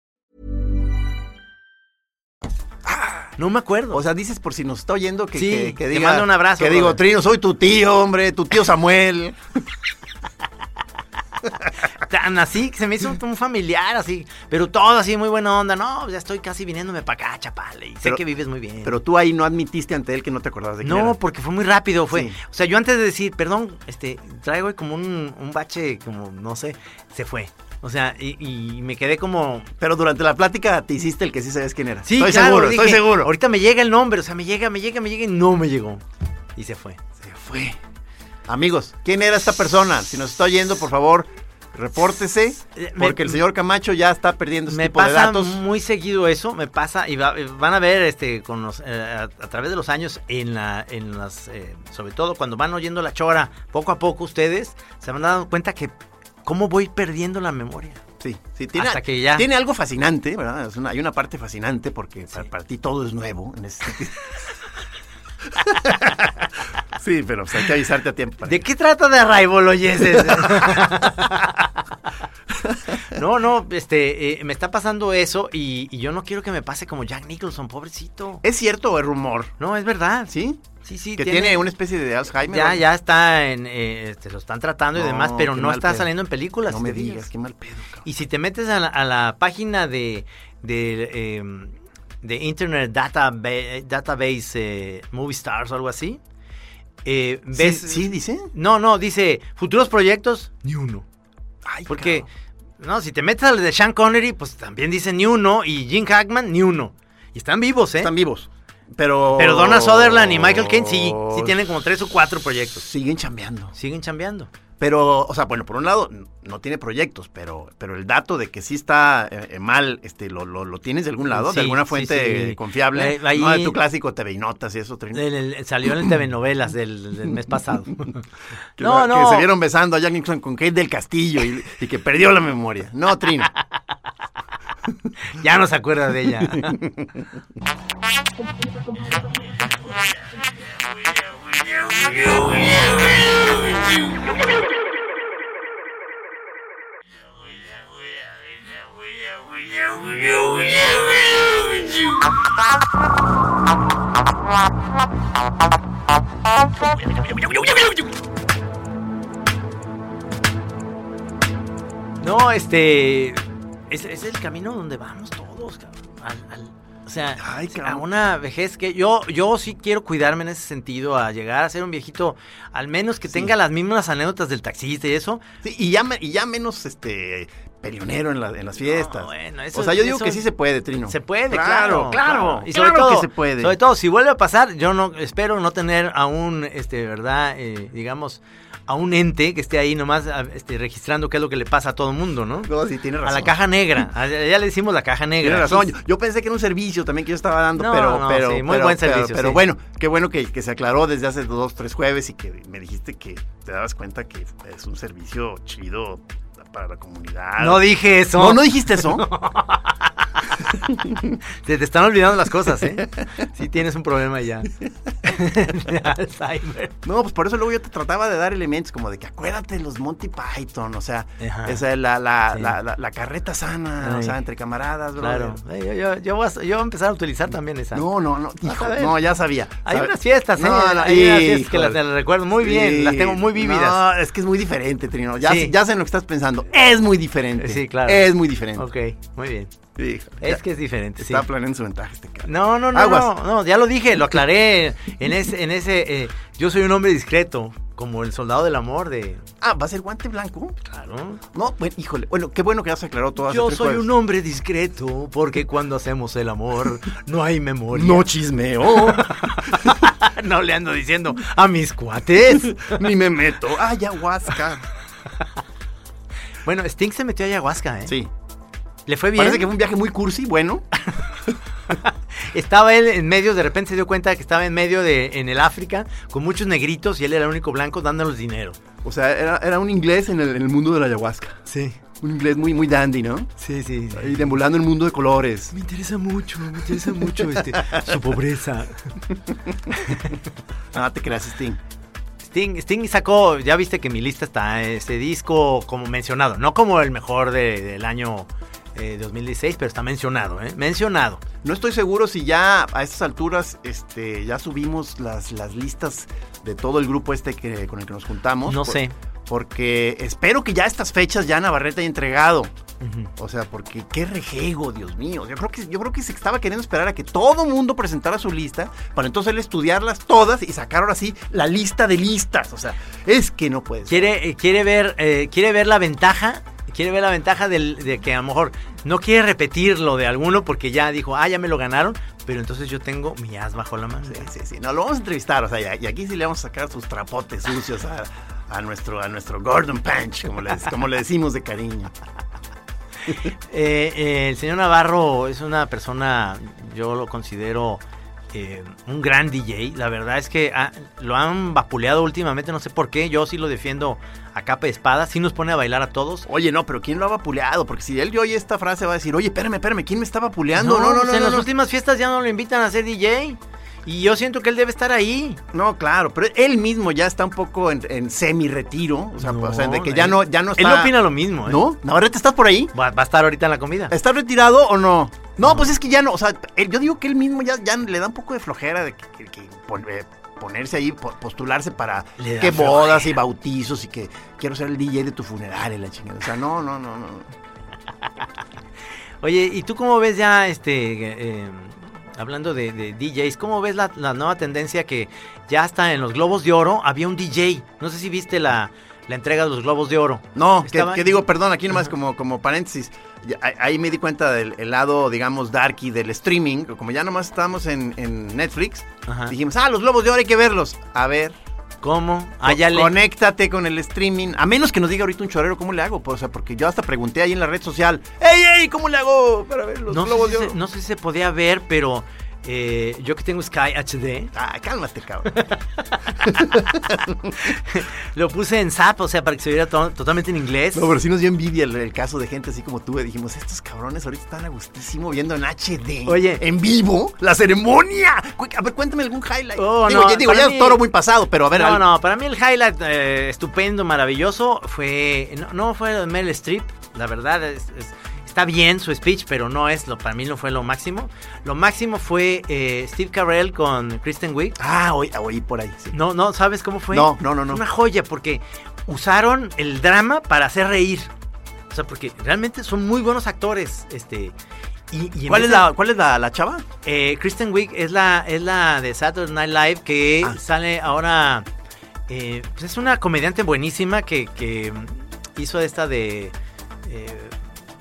C: No me acuerdo.
B: O sea, dices por si nos está oyendo que,
C: Sí,
B: que, que
C: te
B: diga.
C: mando un abrazo,
B: Que digo,
C: brother.
B: Trino, soy tu tío, hombre, tu tío Samuel.
C: Tan así, que se me hizo un familiar así. Pero todo así, muy buena onda. No, ya estoy casi viniéndome para acá, chapale. Y sé
B: Pero-
C: que vives muy bien.
B: Pero tú ahí no admitiste ante él que no te acordabas de quién
C: No, pues.
B: era.
C: porque fue muy rápido, fue.
B: Sí.
C: O sea, yo antes de decir, perdón, este, traigo como un, un bache, como, no sé, se fue. O sea, y, y me quedé como...
B: Pero durante la plática te hiciste el que sí sabías quién era.
C: Sí,
B: estoy
C: claro,
B: seguro,
C: dije,
B: estoy seguro.
C: Ahorita me llega el nombre, o sea, me llega, me llega, me llega y no me llegó. Y se fue.
B: Se fue. Amigos, ¿quién era esta persona? Si nos está oyendo, por favor, repórtese,
C: Eh, me-
B: porque el señor Camacho ya está perdiendo ese
C: Me
B: tipo de
C: pasa
B: datos.
C: muy seguido eso, me pasa y va- van a ver este con los, eh, a, a través de los años en la en las eh, sobre todo cuando van oyendo la chora poco a poco ustedes se van dando cuenta que cómo voy perdiendo la memoria.
B: Sí, sí, tiene,
C: Hasta que ya-
B: tiene algo fascinante, ¿verdad? Es una- hay una parte fascinante porque pa- para, ti todo es nuevo. en ese sentido. sí, pero pues, hay que avisarte a tiempo. para-
C: ¿De qué trata de Arrival, oyeses? no, no, este, eh, me está pasando eso y, y yo no quiero que me pase como Jack Nicholson, pobrecito.
B: ¿Es cierto o es rumor?
C: No, es verdad.
B: ¿Sí?
C: sí, sí.
B: que tiene, una especie de Alzheimer.
C: Ya,
B: ¿no?
C: ya está en, eh, este, lo están tratando y
B: No,
C: demás, pero
B: qué
C: no
B: mal
C: está
B: pedo.
C: saliendo en películas.
B: No
C: si
B: me
C: te fijas.
B: digas, qué mal pedo. cabrón.
C: Y si te metes a la, a la página de, de, em, de Internet Database, Database eh, Movie Stars o algo así, eh, ves...
B: ¿Sí, sí dice?
C: No, no, dice futuros proyectos, ni uno.
B: Ay,
C: Porque,
B: cabrón.
C: no, si te metes al de Sean Connery, pues también dice ni uno, y Jim Hackman, ni uno. Y están vivos, ¿eh?
B: Están vivos. Pero.
C: Pero Donna Sutherland y Michael Caine sí, sí tienen como tres o cuatro proyectos.
B: Siguen chambeando.
C: Siguen chambeando.
B: Pero, o sea, bueno, por un lado, n- no tiene proyectos, pero, pero el dato de que sí está eh, eh, mal, este, lo, lo, lo tienes de algún lado,
C: Sí,
B: de alguna
C: sí,
B: fuente
C: sí.
B: confiable.
C: Eh, ahí- Eh,
B: No de tu clásico TV y Notas y eso. Trino.
C: En el- salió en el TV Novelas del, del mes pasado.
B: que,
C: no,
B: que
C: no.
B: se vieron besando a Jack Nixon con Kate del Castillo y, y que perdió la memoria. No, Trino.
C: Ya no se acuerda de ella. No, este. Es, es el camino donde vamos todos, cabrón. Al- al- o sea,
B: Ay,
C: a
B: cabrón.
C: una vejez que yo, yo sí quiero cuidarme en ese sentido, a llegar a ser un viejito, al menos que tenga las mismas anécdotas del taxista y eso.
B: Sí, y, ya, me- y ya menos este peleonero en, la- en las fiestas.
C: bueno, eh, eso-
B: o sea, yo digo
C: eso-
B: que sí se puede, Trino.
C: Se puede,
B: claro.
C: claro, claro.
B: Y sobre todo que se puede.
C: Sobre todo, si vuelve a pasar, yo no espero no tener a un, este, ¿verdad? Eh, digamos, a un ente que esté ahí nomás a- este, registrando qué es lo que le pasa a todo mundo, ¿no?
B: No, sí, tiene
C: A
B: razón.
C: la caja negra. A- Ya le decimos la caja negra.
B: Tiene razón.
C: Aquí-
B: Yo, yo pensé que era un servicio también que yo estaba dando,
C: No,
B: pero,
C: no,
B: pero,
C: sí, muy
B: pero-
C: buen
B: pero-
C: servicio,
B: Pero
C: sí.
B: bueno, qué bueno que, que se aclaró desde hace dos, tres jueves y que me dijiste que te dabas cuenta que es un servicio chido para la comunidad.
C: No dije eso.
B: no, no dijiste eso.
C: Se te están olvidando las cosas, ¿eh? Sí tienes un problema ya. De Alzheimer.
B: No, pues por eso luego yo te trataba de dar elementos como de que acuérdate de los Monty Python, o sea,
C: Ajá.
B: esa es la, la,
C: Sí.
B: la- la- la carreta sana, o
C: Ay.
B: sea, entre camaradas, brother.
C: Claro. Eh, Yo, yo- yo voy a, yo voy a empezar a utilizar también esa.
B: No, no, no,
C: Vas
B: hijo,
C: a ver.
B: no, ya sabía.
C: Hay
B: Sab-
C: unas fiestas, ¿eh?
B: No, no,
C: Hay unas fiestas que las,
B: híjole.
C: las recuerdo muy bien, las
B: Sí.
C: tengo muy vívidas.
B: No, es que es muy diferente, Trino. Ya,
C: Sí.
B: sé- ya sé en lo que estás pensando. Es muy diferente.
C: Sí, claro.
B: Es muy diferente.
C: Ok, muy bien.
B: Híjole, ya.
C: Es que es diferente, sí.
B: Está planeando su ventaja este cabrón.
C: No, no, no,
B: Aguas.
C: no, no, ya lo dije, lo aclaré en ese, en ese, eh, yo soy un hombre discreto, como el soldado del amor de,
B: Ah, ¿va a ser guante blanco?
C: claro.
B: No, bueno, híjole. Bueno, qué bueno que ya se aclaró todo. hace
C: Yo
B: tres
C: soy
B: jueves.
C: un hombre discreto porque cuando hacemos el amor no hay memoria.
B: No chismeo,
C: no le ando diciendo a mis cuates.
B: ni me meto. Ayahuasca.
C: Bueno, Sting se metió a ayahuasca, ¿eh?
B: Sí.
C: Le fue bien.
B: Parece que fue un viaje muy cursi, bueno.
C: Estaba él en medio, de repente se dio cuenta que estaba en medio de, en el África, con muchos negritos y él era el único blanco dándoles dinero.
B: O sea, era, era un inglés en el, en el mundo de la ayahuasca.
C: Sí,
B: Un inglés muy, muy dandy, ¿no?
C: sí, sí.
B: Y deambulando el mundo de colores.
C: Me interesa mucho, me interesa mucho este, su pobreza.
B: Ah, te creas, Sting.
C: Sting, Sting sacó, ya viste que en mi lista está este disco como mencionado, no como el mejor de- del año eh, 2016, pero está mencionado, ¿eh? Mencionado.
B: No estoy seguro si ya a estas alturas este, ya subimos las, las listas de todo el grupo este que, con el que nos juntamos.
C: No
B: por-
C: sé.
B: porque espero que ya a estas fechas ya Navarrete haya entregado. O sea, porque qué rejego, Dios mío. Yo creo que yo creo que se estaba queriendo esperar a que todo mundo presentara su lista para entonces él estudiarlas todas y sacar ahora sí la lista de listas. O sea, es que no puede ser.
C: Quiere, eh, quiere, ver, eh, quiere ver la ventaja. Quiere ver la ventaja del- de que a lo mejor no quiere repetir lo de alguno porque ya dijo, ah, ya me lo ganaron, pero entonces yo tengo mi as bajo la mano.
B: Sí, sí, sí. No, lo vamos a entrevistar, o sea, ya- y aquí sí le vamos a sacar sus trapotes sucios a, a nuestro, a nuestro Gordon Punch, como le, como le decimos de cariño.
C: Eh, eh, el señor Navarro es una persona, yo lo considero eh, un gran DJ. La verdad es que ah, lo han vapuleado últimamente, no sé por qué. Yo sí lo defiendo a capa de espada. Sí nos pone a bailar a todos.
B: Oye, no, pero ¿quién lo ha vapuleado? Porque si él oye esta frase va a decir, oye, espérame, espérame, ¿quién me está vapuleando? No, no,
C: pues
B: no,
C: en
B: no,
C: las
B: no.
C: últimas fiestas ya no lo invitan a ser DJ. Y yo siento que él debe estar ahí.
B: No, claro, pero él mismo ya está un poco en, en semi-retiro, o sea, pues, o sea, de que ya
C: él-
B: no, ya no está...
C: Él opina lo mismo. ¿eh?
B: ¿No? ¿Navarrete estás por ahí?
C: Va, va a estar ahorita en la comida.
B: ¿Estás retirado o no? No, pues es que ya no, o sea, él- yo digo que él mismo ya, ya le da un poco de flojera de que, que- que pon- eh, ponerse ahí, po- postularse para
C: Le da
B: que bodas
C: flojera.
B: y bautizos y que quiero ser el DJ de tu funeral y la chingada. O sea, no, no, no, no.
C: Oye, ¿y tú cómo ves ya, este, eh, hablando de, de DJs, cómo ves la, la nueva tendencia que ya hasta en los Globos de Oro había un DJ? No sé si viste la, la entrega de los Globos de Oro.
B: No, que,
C: Estaba-
B: que digo, perdón, aquí nomás como, como paréntesis, ya- ahí- ahí me di cuenta del el lado, digamos, darky del streaming, como ya nomás estábamos en, en Netflix,
C: Ajá.
B: dijimos, ah, los globos de oro hay que verlos. A ver,
C: ¿Cómo? Allá Ah, le...
B: Conéctate con el streaming. A menos que nos diga ahorita un chorero cómo le hago. Pues, o sea, porque yo hasta pregunté ahí en la red social. ¡Ey, ey! ¿Cómo le hago para ver los
C: No, sé
B: globos
C: si
B: de
C: se-
B: oro?
C: no sé si se podía ver, pero eh, yo que tengo Sky HD,
B: Ah, cálmate, cabrón.
C: lo puse en Zap, o sea, para que se viera to- totalmente en inglés.
B: no, pero sí nos dio envidia el, el caso de gente así como tú. eh. Dijimos, estos cabrones ahorita están a gustísimo viendo en HD.
C: Oye.
B: En vivo. La ceremonia. Cu- A ver, cuéntame algún highlight.
C: Oh,
B: digo,
C: no,
B: ya, digo,
C: para
B: ya
C: mí-
B: es toro muy pasado, pero a ver.
C: No,
B: al-
C: no, para mí el highlight eh, estupendo, maravilloso fue. No, no fue lo de Meryl Streep, la verdad. es- es- está bien su speech, pero no es lo. Para mí no fue lo máximo. Lo máximo fue eh, Steve Carell con Kristen Wiig.
B: Ah, oí, oí por ahí. sí.
C: No, no, ¿sabes cómo fue?
B: No, no, no, no.
C: Una joya, porque usaron el drama para hacer reír. O sea, porque realmente son muy buenos actores. Este. Y, y en
B: ¿Cuál
C: vez
B: es,
C: de-
B: la, ¿Cuál es la, la chava?
C: eh, Kristen Wiig es la, es la de Saturday Night Live que
B: Ah.
C: sale ahora. eh, pues es una comediante buenísima que, que hizo esta de eh,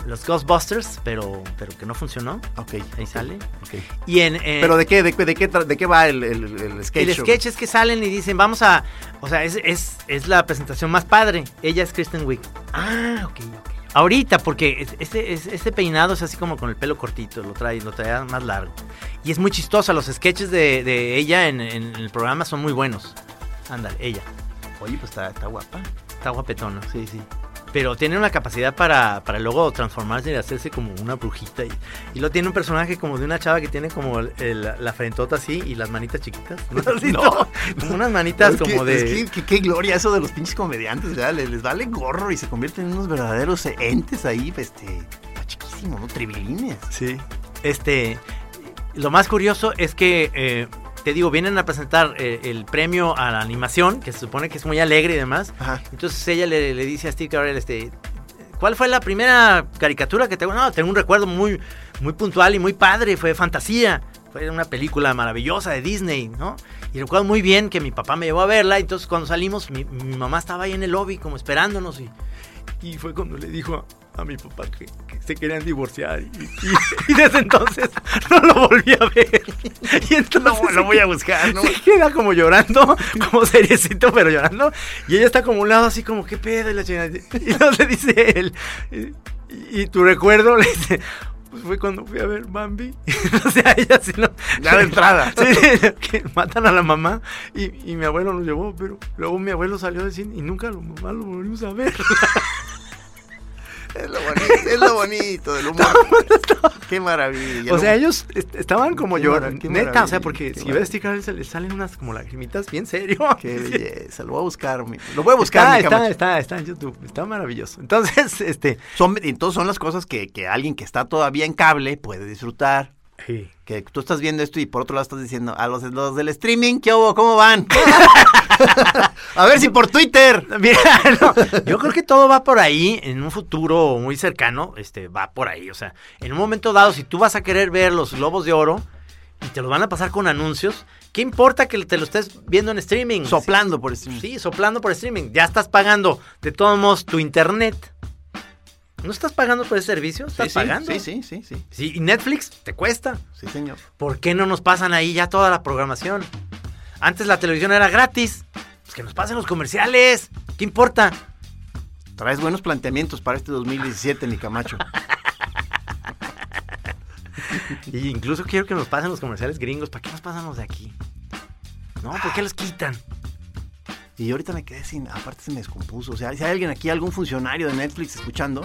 C: los Ghostbusters, pero, pero que no funcionó.
B: Ok.
C: Ahí
B: ok,
C: sale.
B: ok.
C: Y en, eh,
B: ¿Pero de qué, de, qué- de qué, tra- de qué va el, el, el sketch?
C: el
B: show?
C: sketch es que salen y dicen, vamos a. O sea, es, es, es la presentación más padre. Ella es Kristen Wiig. Ah, ok, ok. Ahorita, porque es- este, es- este peinado es así como con el pelo cortito, lo trae, lo trae más largo. Y es muy chistosa, los sketches de, de ella en, en el programa son muy buenos. Ándale, ella,
B: Oye, pues está, está guapa.
C: está guapetona.
B: Sí, sí.
C: Pero tiene una capacidad para, para luego transformarse y hacerse como una brujita. Y, y luego tiene un personaje como de una chava que tiene como el- el- la frentota así y las manitas chiquitas. ¿no? Así,
B: No.
C: todo, como unas manitas
B: Es que-
C: como de...
B: es que- que- qué gloria eso de los pinches comediantes, ¿verdad? Les, les vale gorro y se convierten en unos verdaderos entes ahí, pues, este, chiquísimo, ¿no? Tribilines.
C: Sí. Este, lo más curioso es que, eh, te digo, vienen a presentar eh, el premio a la animación, que se supone que es muy alegre y demás.
B: Ajá.
C: Entonces ella le, le dice a Steve Carell, este, ¿cuál fue la primera caricatura que tengo? No, tengo un recuerdo muy, muy puntual y muy padre, fue Fantasía. Fue una película maravillosa de Disney, ¿no? Y recuerdo muy bien que mi papá me llevó a verla. Entonces, cuando salimos, mi, mi mamá estaba ahí en el lobby, como esperándonos. Y, y fue cuando le dijo a, a mi papá que, que se querían divorciar. Y, y- y desde entonces no lo volví a ver. Y entonces
B: No, lo voy a buscar, ¿no?
C: se queda como llorando, como seriecito, pero llorando. Y ella está como a un lado así como, ¿qué pedo? Y, la chingada. y entonces le dice él, y, y tu recuerdo le dice... Pues fue cuando fui a ver Bambi. o sea, ella sí no.
B: Ya de entrada.
C: Sí, sí, que matan a la mamá y, y mi abuelo nos llevó, pero luego mi abuelo salió del cine y nunca lo, mamá lo volvimos a ver.
B: Es lo bonito, es lo bonito del humor. qué maravilla.
C: O
B: ¿no?
C: sea, ellos est- estaban como
B: Qué
C: llorando.
B: marav- qué
C: Neta, o sea,
B: maravilla,
C: porque
B: qué
C: si ves
B: maravilla.
C: Stick se le salen unas como lagrimitas bien serio.
B: Qué
C: Sí.
B: belleza, lo voy a buscar. mi- Lo voy a buscar. mi
C: está, está,
B: Camacho.
C: está, está en YouTube, está maravilloso. Entonces, este,
B: Son, entonces son las cosas que, que alguien que está todavía en cable puede disfrutar.
F: Sí.
B: Que tú estás viendo esto y por otro lado estás diciendo a los, los del streaming, ¿qué hubo? ¿Cómo van? a ver si por Twitter.
C: Mira, no, yo creo que todo va por ahí en un futuro muy cercano, este va por ahí, o sea, en un momento dado si tú vas a querer ver los Globos de Oro y te los van a pasar con anuncios, ¿qué importa que te lo estés viendo en streaming?
B: Soplando por streaming.
C: Sí, soplando por streaming, ya estás pagando de todos modos tu internet. ¿No estás pagando por ese servicio? ¿Estás
B: sí,
C: pagando?
B: Sí, sí, sí, sí.
C: Sí, y Netflix te cuesta.
B: Sí, señor.
C: ¿Por qué no nos pasan ahí ya toda la programación? Antes la televisión era gratis. Pues que nos pasen los comerciales. ¿Qué importa?
B: Traes buenos planteamientos para este 2017, mi Camacho.
C: Y incluso quiero que nos pasen los comerciales gringos. ¿Para qué nos pasan los de aquí? No, ¿por qué los quitan?
B: Y yo ahorita me quedé sin, aparte se me descompuso. O sea, si hay alguien aquí, algún funcionario de Netflix escuchando,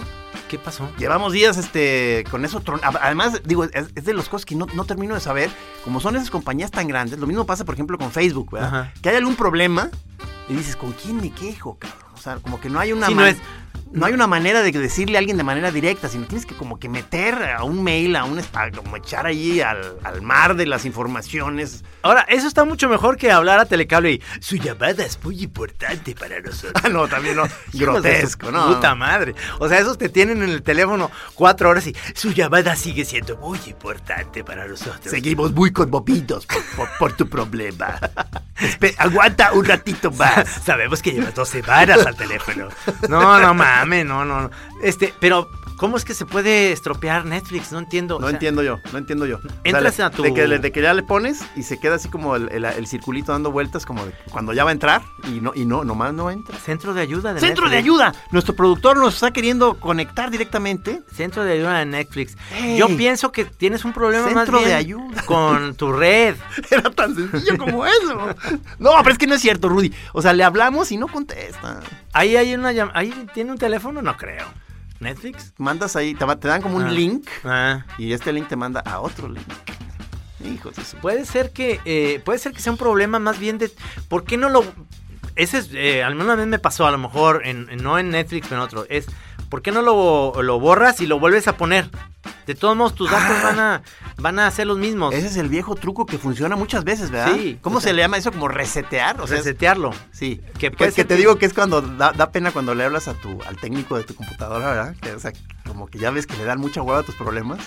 C: ¿Qué pasó?
B: llevamos días este con eso. tron- a- Además, digo, es, es de las cosas que no, no termino de saber. Como son esas compañías tan grandes, lo mismo pasa, por ejemplo, con Facebook, ¿verdad?
C: Ajá.
B: Que hay algún problema y dices, ¿con quién me quejo, cabrón? O sea, como que no hay una.
C: Sí, no
B: man-
C: es-
B: no hay una manera de decirle a alguien de manera directa, sino tienes que como que meter a un mail, a un a como echar allí al, al mar de las informaciones.
C: Ahora, eso está mucho mejor que hablar a Telecable y su llamada es muy importante para nosotros.
B: Ah, no, también no.
C: Hijos de su
B: Grotesco, ¿no?
C: Puta madre. O sea, esos te tienen en el teléfono cuatro horas y su llamada sigue siendo muy importante para nosotros.
B: Seguimos muy conmovidos por, por- por tu problema. Espe- aguanta un ratito más.
C: Sabemos que llevas dos semanas al teléfono. No, no mames, no, no. no. Este, pero, ¿cómo es que se puede estropear Netflix? No entiendo. o
B: No
C: sea,
B: entiendo yo, no entiendo yo.
C: Entras
B: le-
C: a tu-
B: de, que, le- de que ya le pones y se queda así como el, el- el circulito dando vueltas, como de cuando ya va a entrar y no, y no, nomás no entra.
C: Centro de ayuda de
B: Centro de
C: Netflix.
B: ayuda. Nuestro productor nos está queriendo conectar directamente.
C: Centro de ayuda de Netflix.
B: Ey.
C: Yo pienso que tienes un problema más
B: Centro de
C: bien
B: ayuda.
C: con tu red.
B: Era tan sencillo como eso. No, pero es que no es cierto, Rudy. O sea, le hablamos y no contesta.
C: Ahí hay una llam- ahí tiene un teléfono, no creo. Netflix.
B: Mandas ahí, te, va- te dan como un
C: Ah.
B: link
C: Ah.
B: y este link te manda a otro link. Hijos de su-
C: Puede ser que eh, puede ser que sea un problema más bien de por qué no lo ese es eh, al menos a mí me pasó a lo mejor en, en- no en Netflix pero en otro es por qué no lo, lo borras y lo vuelves a poner de todos modos tus datos van a van a ser los mismos
B: Ah. Ese es el viejo truco que funciona muchas veces, ¿verdad?
C: Sí.
B: ¿Cómo
C: O sea-
B: se le llama eso? Como resetear. O sea, es-
C: resetearlo
B: sí. Que,
C: que puede
B: que
C: ser
B: te
C: que-
B: digo que es cuando da, da pena cuando le hablas a tu, al técnico de tu computadora, ¿verdad? Que, o sea, como que ya ves que le dan mucha hueva a tus problemas.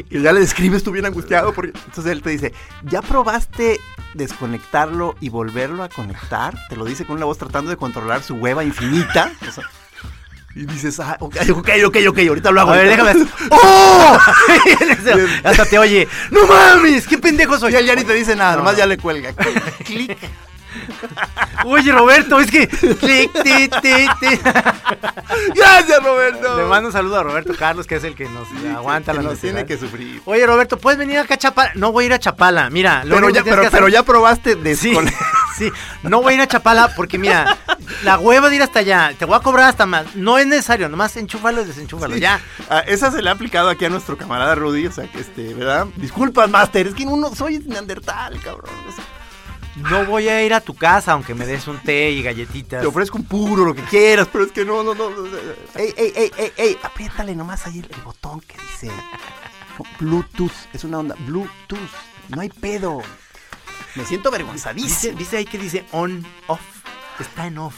B: y ya le describes tú bien angustiado. Porque, entonces él te dice, ¿ya probaste desconectarlo y volverlo a conectar? Te lo dice con una voz tratando de controlar su hueva infinita. O sea, y dices, ah, ok, ok, ok, ok, ahorita lo hago.
C: a ver
B: ahorita-
C: déjame ¡Oh! hasta te oye no mames qué pendejo soy
B: Y él ya ni te dice nada,
C: No,
B: nomás
C: no.
B: ya le cuelga. Clic.
C: oye Roberto es que clic, ti, ti, ti.
B: Gracias, Roberto.
C: le mando un saludo a Roberto Carlos que es el que nos aguanta
B: que
C: la
B: nos tiene que sufrir.
C: Oye, Roberto, ¿puedes venir acá a Chapala? No voy a ir a Chapala, mira. lo
B: Pero
C: único
B: ya,
C: que tienes
B: pero,
C: que hacer-
B: pero ya probaste de
C: Sí, sí. No voy a ir a Chapala porque, mira, la hueva de ir hasta allá, te voy a cobrar hasta más. No es necesario, nomás enchúfalo y desenchúfalo, ya.
B: Ah, esa se le ha aplicado aquí a nuestro camarada Rudy, o sea, que este, ¿verdad? Disculpas, Master, es que uno soy neandertal, cabrón. o sea,
C: No voy a ir a tu casa aunque me des un té y galletitas.
B: te ofrezco un puro, lo que quieras, pero es que no, no, no. no, no. Ey, ey, ey, ey, ey, apriétale nomás ahí el, el botón que dice Bluetooth, es una onda, Bluetooth, no hay pedo. Me siento
C: Dice,
B: avergonzadísimo.
C: dice ahí que dice on, off. Está en off.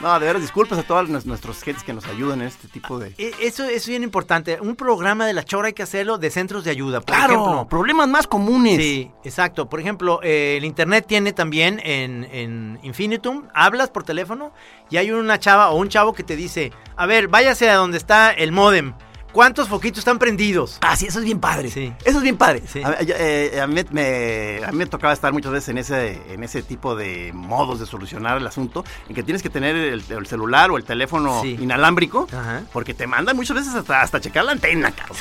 B: No, de veras, disculpas a todos nues- nuestros heads que nos ayudan en este tipo de...
C: E- Eso es bien importante. Un programa de la chora hay que hacerlo de centros de ayuda, por
B: Claro,
C: ejemplo.
B: problemas más comunes.
C: Sí, exacto. Por ejemplo, eh, el internet tiene también en, en Infinitum, hablas por teléfono y hay una chava o un chavo que te dice, a ver, váyase a donde está el modem. ¿Cuántos foquitos están prendidos?
B: Ah, sí, eso es bien padre.
C: Sí.
B: Eso es bien padre.
C: Sí.
B: A, yo, eh, a mí me, a mí me tocaba estar muchas veces en ese, en ese tipo de modos de solucionar el asunto, en que tienes que tener el, el celular o el teléfono
C: Sí.
B: inalámbrico,
C: Ajá.
B: porque te mandan muchas veces hasta, hasta checar la antena, cabrón.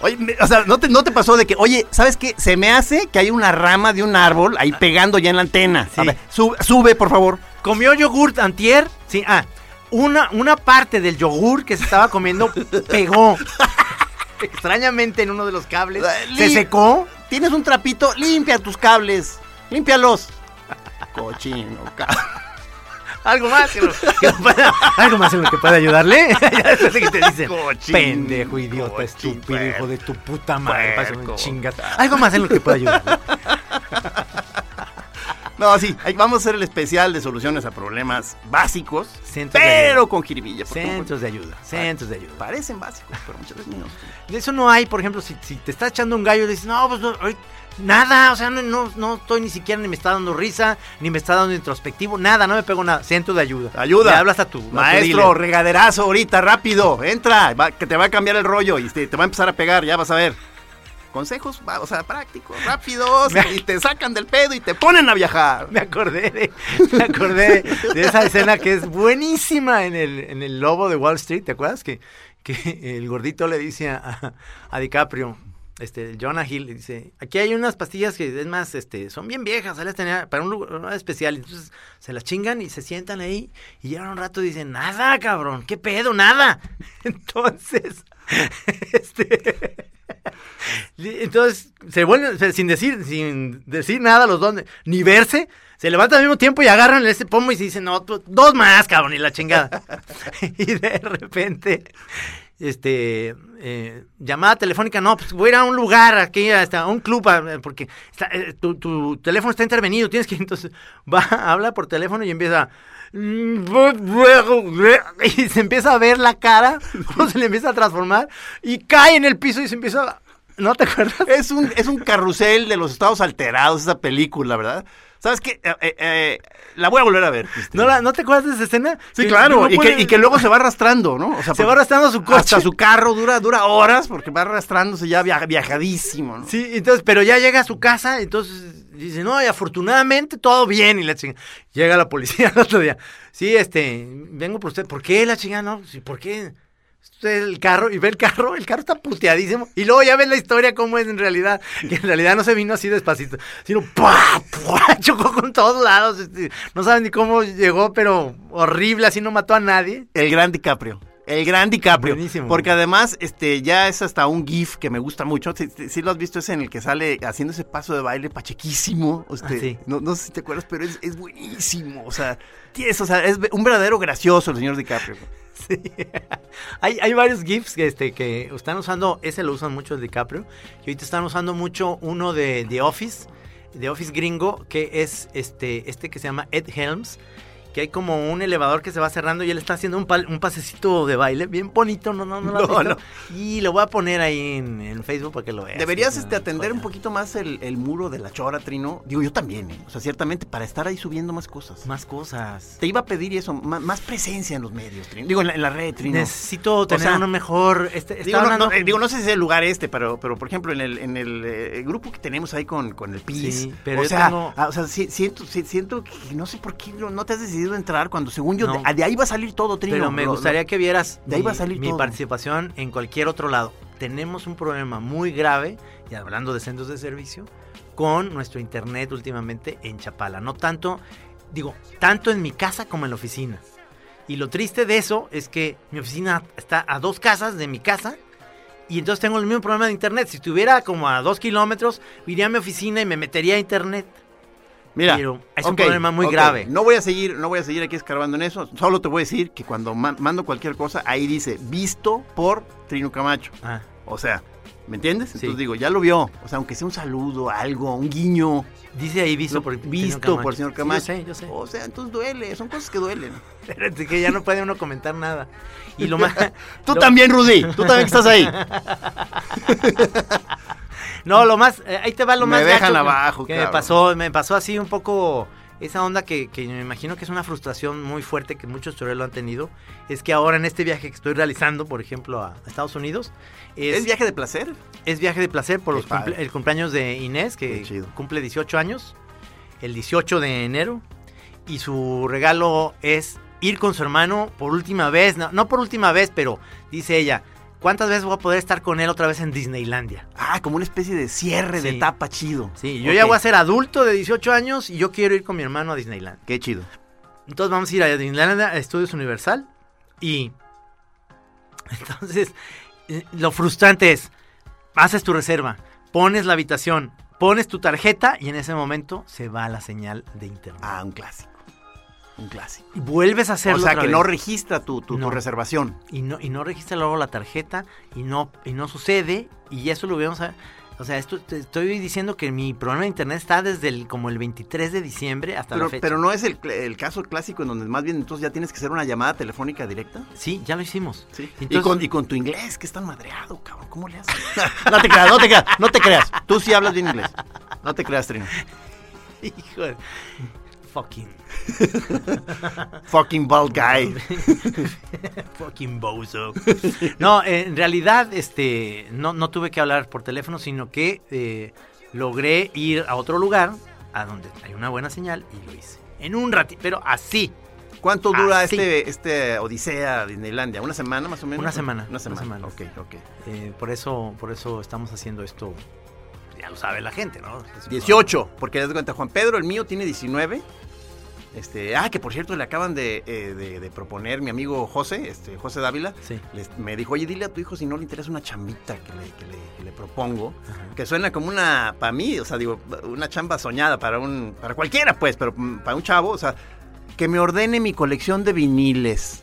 B: Oye, me- o sea, ¿no te, ¿no te pasó de que, oye, ¿sabes qué? Se me hace que hay una rama de un árbol ahí pegando ya en la antena.
C: Ah. Sí.
B: A ver, sube, sube, por favor.
C: ¿Comió yogurt antier? Sí, ah, una, una parte del yogur que se estaba comiendo pegó. Ah, Extrañamente en uno de los cables se
B: Li-
C: secó.
B: Tienes un trapito, limpia tus cables, límpialos. Cochino, cabrón.
C: Algo más que, nos- que nos pueda- algo más en lo que pueda ayudarle. ya después de que te dicen,
B: Cochín,
C: pendejo, idiota,
B: cochín,
C: estúpido, hijo de tu puta madre, pásame un
B: puerco.
C: chingas. Algo más en lo que pueda ayudarle.
B: No, sí, ahí vamos a hacer el especial de soluciones a problemas básicos,
C: Centros de ayuda.
B: pero con jiribilla. porque
C: Centros de
B: Ah.
C: ayuda, centros de ayuda.
B: Parecen básicos, pero muchas veces no.
C: De eso no hay, por ejemplo, si, si te está echando un gallo y dices, no, pues no, ahorita- nada, o sea, no, no, no estoy ni siquiera, ni me está dando risa, ni me está dando introspectivo, nada, no me pego nada, centro de ayuda.
B: Ayuda.
C: Le hablas a tu a tu
B: Maestro,
C: dealer.
B: regaderazo ahorita, rápido. Entra, va- que te va a cambiar el rollo y te, te va a empezar a pegar, ya vas a ver. Consejos, va- o sea, prácticos, rápidos, y te sacan del pedo y te ponen a viajar.
C: Me acordé, de, me acordé de, de esa escena que es buenísima en el, en el Lobo de Wall Street, ¿te acuerdas? Que, que el gordito le dice a- a, a DiCaprio, este, el Jonah Hill, le dice, aquí hay unas pastillas que, es más, este, son bien viejas, se las tenía para un lugar especial, entonces se las chingan y se sientan ahí y llevan un rato y dicen, nada, cabrón, qué pedo, nada. Entonces, este... Y
B: Pues,
C: Entonces, se vuelven, se- sin decir, sin decir nada los dos, ni verse, se levantan al mismo tiempo y agarran ese pomo y se dicen, no, tú- dos más, cabrón, y la chingada. y de repente, este, eh, llamada telefónica, no, pues voy a ir a un lugar aquí, hasta a un club, a- porque está- eh, tu, tu teléfono está intervenido, tienes que, entonces, va, habla por teléfono y empieza... Y se empieza a ver la cara, cómo se le empieza a transformar y cae en el piso y se empieza a... ¿No te acuerdas?
B: Es un, es un carrusel de los estados alterados esa película, ¿verdad? ¿Sabes qué? Eh, eh, eh, la voy a volver a ver. Cristian.
C: ¿No, la- ¿No te acuerdas de esa escena?
B: Sí,
C: Que
B: claro,
C: no
B: y,
C: puede-
B: que, y que luego se va arrastrando, ¿no? O sea,
C: Se va
B: porque
C: arrastrando su coche.
B: Hasta su carro dura, dura horas porque va arrastrándose ya via- viajadísimo, ¿no?
C: Sí, entonces, pero ya llega a su casa, entonces dice, no, y afortunadamente todo bien, y la chingada. Llega la policía el otro día. Sí, este, vengo por usted. ¿Por qué la chingada? No, sí, ¿por qué? Usted el carro, y ve el carro, el carro está puteadísimo. Y luego ya ves la historia cómo es en realidad. Que en realidad no se vino así despacito, sino ¡pua! ¡pua! Chocó con todos lados. este, No saben ni cómo llegó, pero horrible, así no mató a nadie.
B: El gran DiCaprio. El gran DiCaprio.
C: Buenísimo.
B: Porque además, este, ya es hasta un GIF que me gusta mucho. Si, si- si lo has visto, es en el que sale haciendo ese paso de baile pachequísimo. Este,
C: Ah, sí.
B: no, no sé si te acuerdas, pero es, es buenísimo. O sea, tienes- o sea, es un verdadero gracioso el señor DiCaprio.
C: Sí. hay, hay varios GIFs que, este, que están usando, ese lo usan mucho el DiCaprio, y ahorita están usando mucho uno de The Office, The Office gringo, que es este, este que se llama Ed Helms, que hay como un elevador que se va cerrando y él está haciendo un, pal- un pasecito de baile, bien bonito, no, no, no, lo has
B: No,
C: visto.
B: no.
C: Y lo voy a poner ahí en, en Facebook para que lo veas.
B: Deberías
C: Es
B: este,
C: una
B: atender un
C: joya.
B: poquito más el, el muro de la chora, Trino. Digo, yo también, ¿eh? O sea, ciertamente, para estar ahí subiendo más cosas.
C: Más cosas.
B: Te iba a pedir eso, ma- más, presencia en los medios, Trino. Digo, en la, en la red, Trino.
C: Necesito tener
B: sea,
C: uno mejor. Este, estaba
B: Digo no,
C: hablando-
B: no, eh, digo, no sé si es el lugar este, pero, pero por ejemplo, en el, en el eh, grupo que tenemos ahí con, con el PIS,
C: Sí, pero
B: o,
C: yo
B: sea,
C: tengo-
B: ah, o sea, si- siento, si- siento que no sé por qué no, no te has decidido a entrar cuando según yo,
C: No.
B: de, de ahí va a salir todo, Trino.
C: Pero me
B: Lo- lo-
C: gustaría que vieras
B: de ahí
C: mi,
B: va a salir
C: mi
B: todo.
C: participación en cualquier otro lado. Tenemos un problema muy grave, y hablando de centros de servicio, con nuestro internet últimamente en Chapala. No tanto, digo, tanto en mi casa como en la oficina. Y lo triste de eso es que mi oficina está a dos casas de mi casa. Y entonces tengo el mismo problema de internet. Si estuviera como a dos kilómetros, iría a mi oficina y me metería a internet.
B: Mira,
C: pero es un
B: ok,
C: problema muy
B: ok,
C: grave.
B: No voy a seguir, no voy a seguir aquí escarbando en eso. Solo te voy a decir que cuando ma- mando cualquier cosa, ahí dice visto por Trino Camacho.
C: Ah,
B: O sea, ¿me entiendes?
C: Sí.
B: Entonces digo, ya lo vio. O sea, aunque sea un saludo, algo, un guiño.
C: dice ahí visto
B: Lo-
C: por el señor
B: visto
C: Camacho.
B: por el señor
C: Sí,
B: Camacho.
C: yo sé, yo sé.
B: O sea, entonces duele, son cosas que duelen.
C: Pero es que ya no puede uno comentar nada. Y lo más.
B: Tú
C: lo-
B: también, Rudy, tú también que estás ahí.
C: No, lo más. eh, ahí te va lo
B: Me
C: más.
B: dejan
C: gacho que-
B: abajo,
C: que, me
B: cabrón.
C: pasó. Me pasó así un poco. Esa onda que, que me imagino que es una frustración muy fuerte que muchos choreros lo han tenido. Es que ahora en este viaje que estoy realizando, por ejemplo, a Estados Unidos.
B: ¿Es viaje de placer?
C: es viaje de placer por
B: Qué
C: los cumple-
B: padre.
C: el cumpleaños de Inés,
B: Qué
C: que
B: chido.
C: cumple 18 años, el 18 de enero. Y su regalo es ir con su hermano por última vez. No, no por última vez, pero dice ella, ¿cuántas veces voy a poder estar con él otra vez en Disneylandia?
B: Ah, como una especie de cierre de
C: Sí.
B: etapa chido.
C: Sí, yo
B: Ok.
C: ya voy a ser adulto de 18 años y yo quiero ir con mi hermano a Disneyland.
B: Qué chido.
C: Entonces vamos a ir a Disneylandia, a Estudios Universal. Y entonces eh, lo frustrante es, haces tu reserva, pones la habitación, pones tu tarjeta y en ese momento se va la señal de internet.
B: Ah, un clásico. un clásico.
C: Y vuelves a hacerlo.
B: O sea,
C: otra
B: que
C: vez.
B: no registra tu, tu, tu
C: No.
B: reservación.
C: y no, y no registra luego la tarjeta y no, y no sucede y eso lo vemos a... O sea, esto te estoy diciendo que mi problema de internet está desde el, como el 23 de diciembre hasta
B: Pero,
C: la fecha.
B: pero no es el, cl- el caso clásico en donde más bien entonces ya tienes que hacer una llamada telefónica directa.
C: Sí, ya lo hicimos.
B: Sí. y,
C: Entonces-
B: con, y con tu inglés, que es tan madreado, cabrón. ¿Cómo le haces? no te creas, no te creas, no te creas. Tú sí hablas bien inglés. No te creas, Trino.
C: Hijo de- Fucking,
B: Fucking bald guy.
C: fucking bozo. No, eh, en realidad, este, no, no tuve que hablar por teléfono, sino que eh, logré ir a otro lugar a donde hay una buena señal y lo hice. En un ratito, pero así.
B: ¿Cuánto dura
C: Ah, sí.
B: este, este Odisea a Disneylandia? ¿Una semana más o menos?
C: Una semana,
B: Una
C: una
B: semana.
C: semana.
B: Ok, ok.
C: Eh, por eso, por eso estamos haciendo esto. Ya lo sabe la gente, ¿no? Es-
B: 18, porque das cuenta, Juan Pedro, el mío tiene 19. Este, ah, que por cierto le acaban de, eh, de- de proponer mi amigo José, este, José Dávila.
C: Sí.
B: les- me dijo, oye, dile a tu hijo si no le interesa una chambita que le, que le- que le propongo. Que suena como una, para mí, o sea, digo, una chamba soñada para un, para cualquiera, pues, pero mm, para un chavo, o sea, que me ordene mi colección de viniles.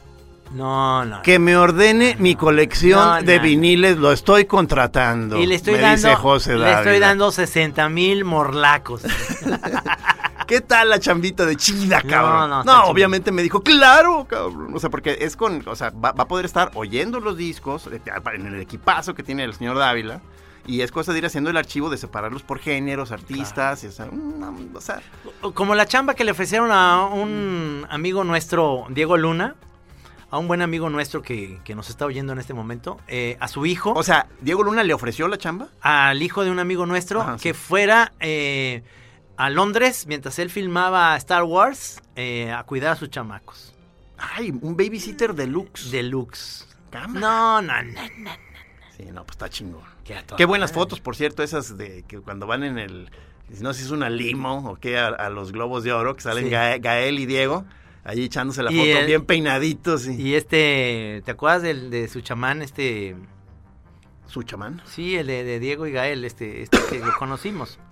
C: No, no.
B: Que me ordene mi colección
C: No,
B: de
C: no, no.
B: viniles, lo estoy contratando.
C: Y le estoy
B: me
C: dando,
B: dice José
C: le estoy
B: Dávila.
C: dando 60 mil morlacos.
B: ¿Qué tal la chambita de chida,
C: No,
B: cabrón?
C: no,
B: No,
C: está chida.
B: obviamente me dijo, claro, cabrón. O sea, porque es con, o sea, va, va a poder estar oyendo los discos eh, en el equipazo que tiene el señor Dávila. Y es cosa de ir haciendo el archivo de separarlos por géneros, artistas, y, o sea, una- o sea,
C: Como la chamba que le ofrecieron a un amigo nuestro, Diego Luna, a un buen amigo nuestro que, que nos está oyendo en este momento, eh, a su hijo,
B: o sea, Diego Luna le ofreció la chamba.
C: al hijo de un amigo nuestro,
B: Ajá,
C: que
B: sí.
C: fuera eh, a Londres mientras él filmaba Star Wars eh, a cuidar a sus chamacos.
B: Ay, un babysitter deluxe.
C: Deluxe.
B: Cama.
C: No, no, no, no.
B: Sí, no, pues está chingón.
C: Qué a toda
B: Qué buenas
C: madre.
B: fotos, por cierto, esas de que cuando van en el. No sé si es una limo o qué, a, a los globos de oro que salen
C: Sí.
B: Ga- Gael y Diego, ahí echándose la
C: Y
B: foto,
C: el-
B: bien peinaditos. Y,
C: Y este, ¿te acuerdas del, de su chamán, este,
B: su chamán.
C: Sí, el de, de Diego y Gael, este, este que lo conocimos.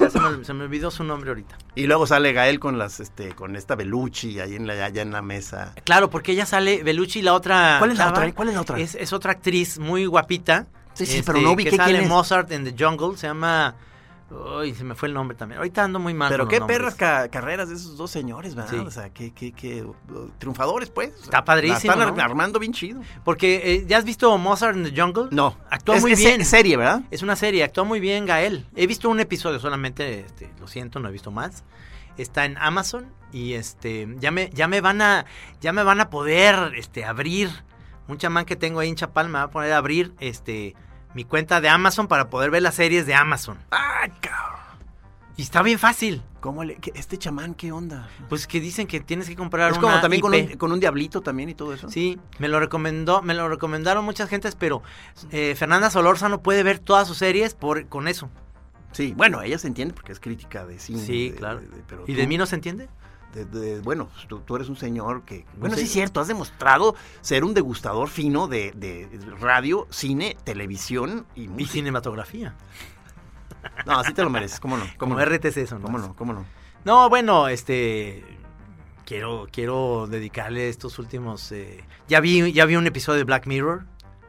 C: Ya se, me, se me olvidó su nombre ahorita.
B: Y luego sale Gael con las, este, con esta Beluchi ahí en la, allá en la mesa.
C: Claro, porque ella sale, Belucci y la otra.
B: ¿Cuál es la
C: chava,
B: otra? ¿Cuál es la otra?
C: Es, es otra actriz muy guapita.
B: Sí, sí, pero no
C: vi
B: ubiqué
C: que
B: quién
C: sale
B: es.
C: Mozart en The Jungle, se llama. Uy, se me fue el nombre también. Ahorita ando muy mal.
B: Pero
C: con
B: qué
C: los
B: perras
C: nombres.
B: ca- carreras de esos dos señores, ¿verdad?
C: Sí.
B: O sea, qué, qué, qué uh, triunfadores, pues. O sea,
C: Está padrísimo,
B: la están
C: ¿no?
B: ar- armando bien chido.
C: Porque, eh, ¿ya has visto Mozart en The Jungle?
B: No.
C: Actúa
B: Es-
C: muy
B: es se-
C: bien.
B: Es serie, ¿verdad?
C: Es una serie, actúa muy bien Gael. He visto un episodio solamente, este, lo siento, no he visto más. Está en Amazon y este ya me ya me van a ya me van a poder este abrir un chamán que tengo ahí en Chapal me va a poner a abrir este mi cuenta de Amazon para poder ver las series de Amazon.
B: Ah, cabrón.
C: Y está bien fácil.
B: ¿Cómo le, qué- este chamán, ¿qué onda?
C: Pues que dicen que tienes que comprar
B: es como
C: una
B: también con
C: IP.
B: un, con un diablito también y todo eso.
C: Sí, me lo recomendó, me lo recomendaron muchas gentes, pero eh, Fernanda Solórzano puede ver todas sus series por con eso.
B: Sí, bueno, ella se entiende porque es crítica de cine.
C: Sí,
B: de-
C: claro.
B: de- de- pero
C: ¿Y
B: tú-
C: de mí no se entiende?
B: de- de- bueno, pues, tú, tú eres un señor que... Bueno,
C: sé.
B: sí es cierto, has demostrado ser un degustador fino de, de radio, cine, televisión y
C: Y
B: música.
C: cinematografía.
B: No, así te lo mereces, cómo no. ¿Cómo
C: Como
B: no?
C: RTC eso,
B: ¿Cómo no? ¿Cómo no?
C: No, bueno, este quiero quiero dedicarle estos últimos eh, ya vi ya vi un episodio de Black Mirror,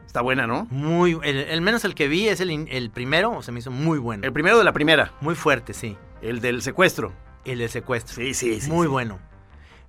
B: Está buena, ¿no?
C: muy el, el menos el que vi es el, in- el primero, se me hizo muy bueno.
B: El primero de la primera,
C: muy fuerte, sí.
B: el del secuestro.
C: El del secuestro.
B: sí,
C: muy bueno.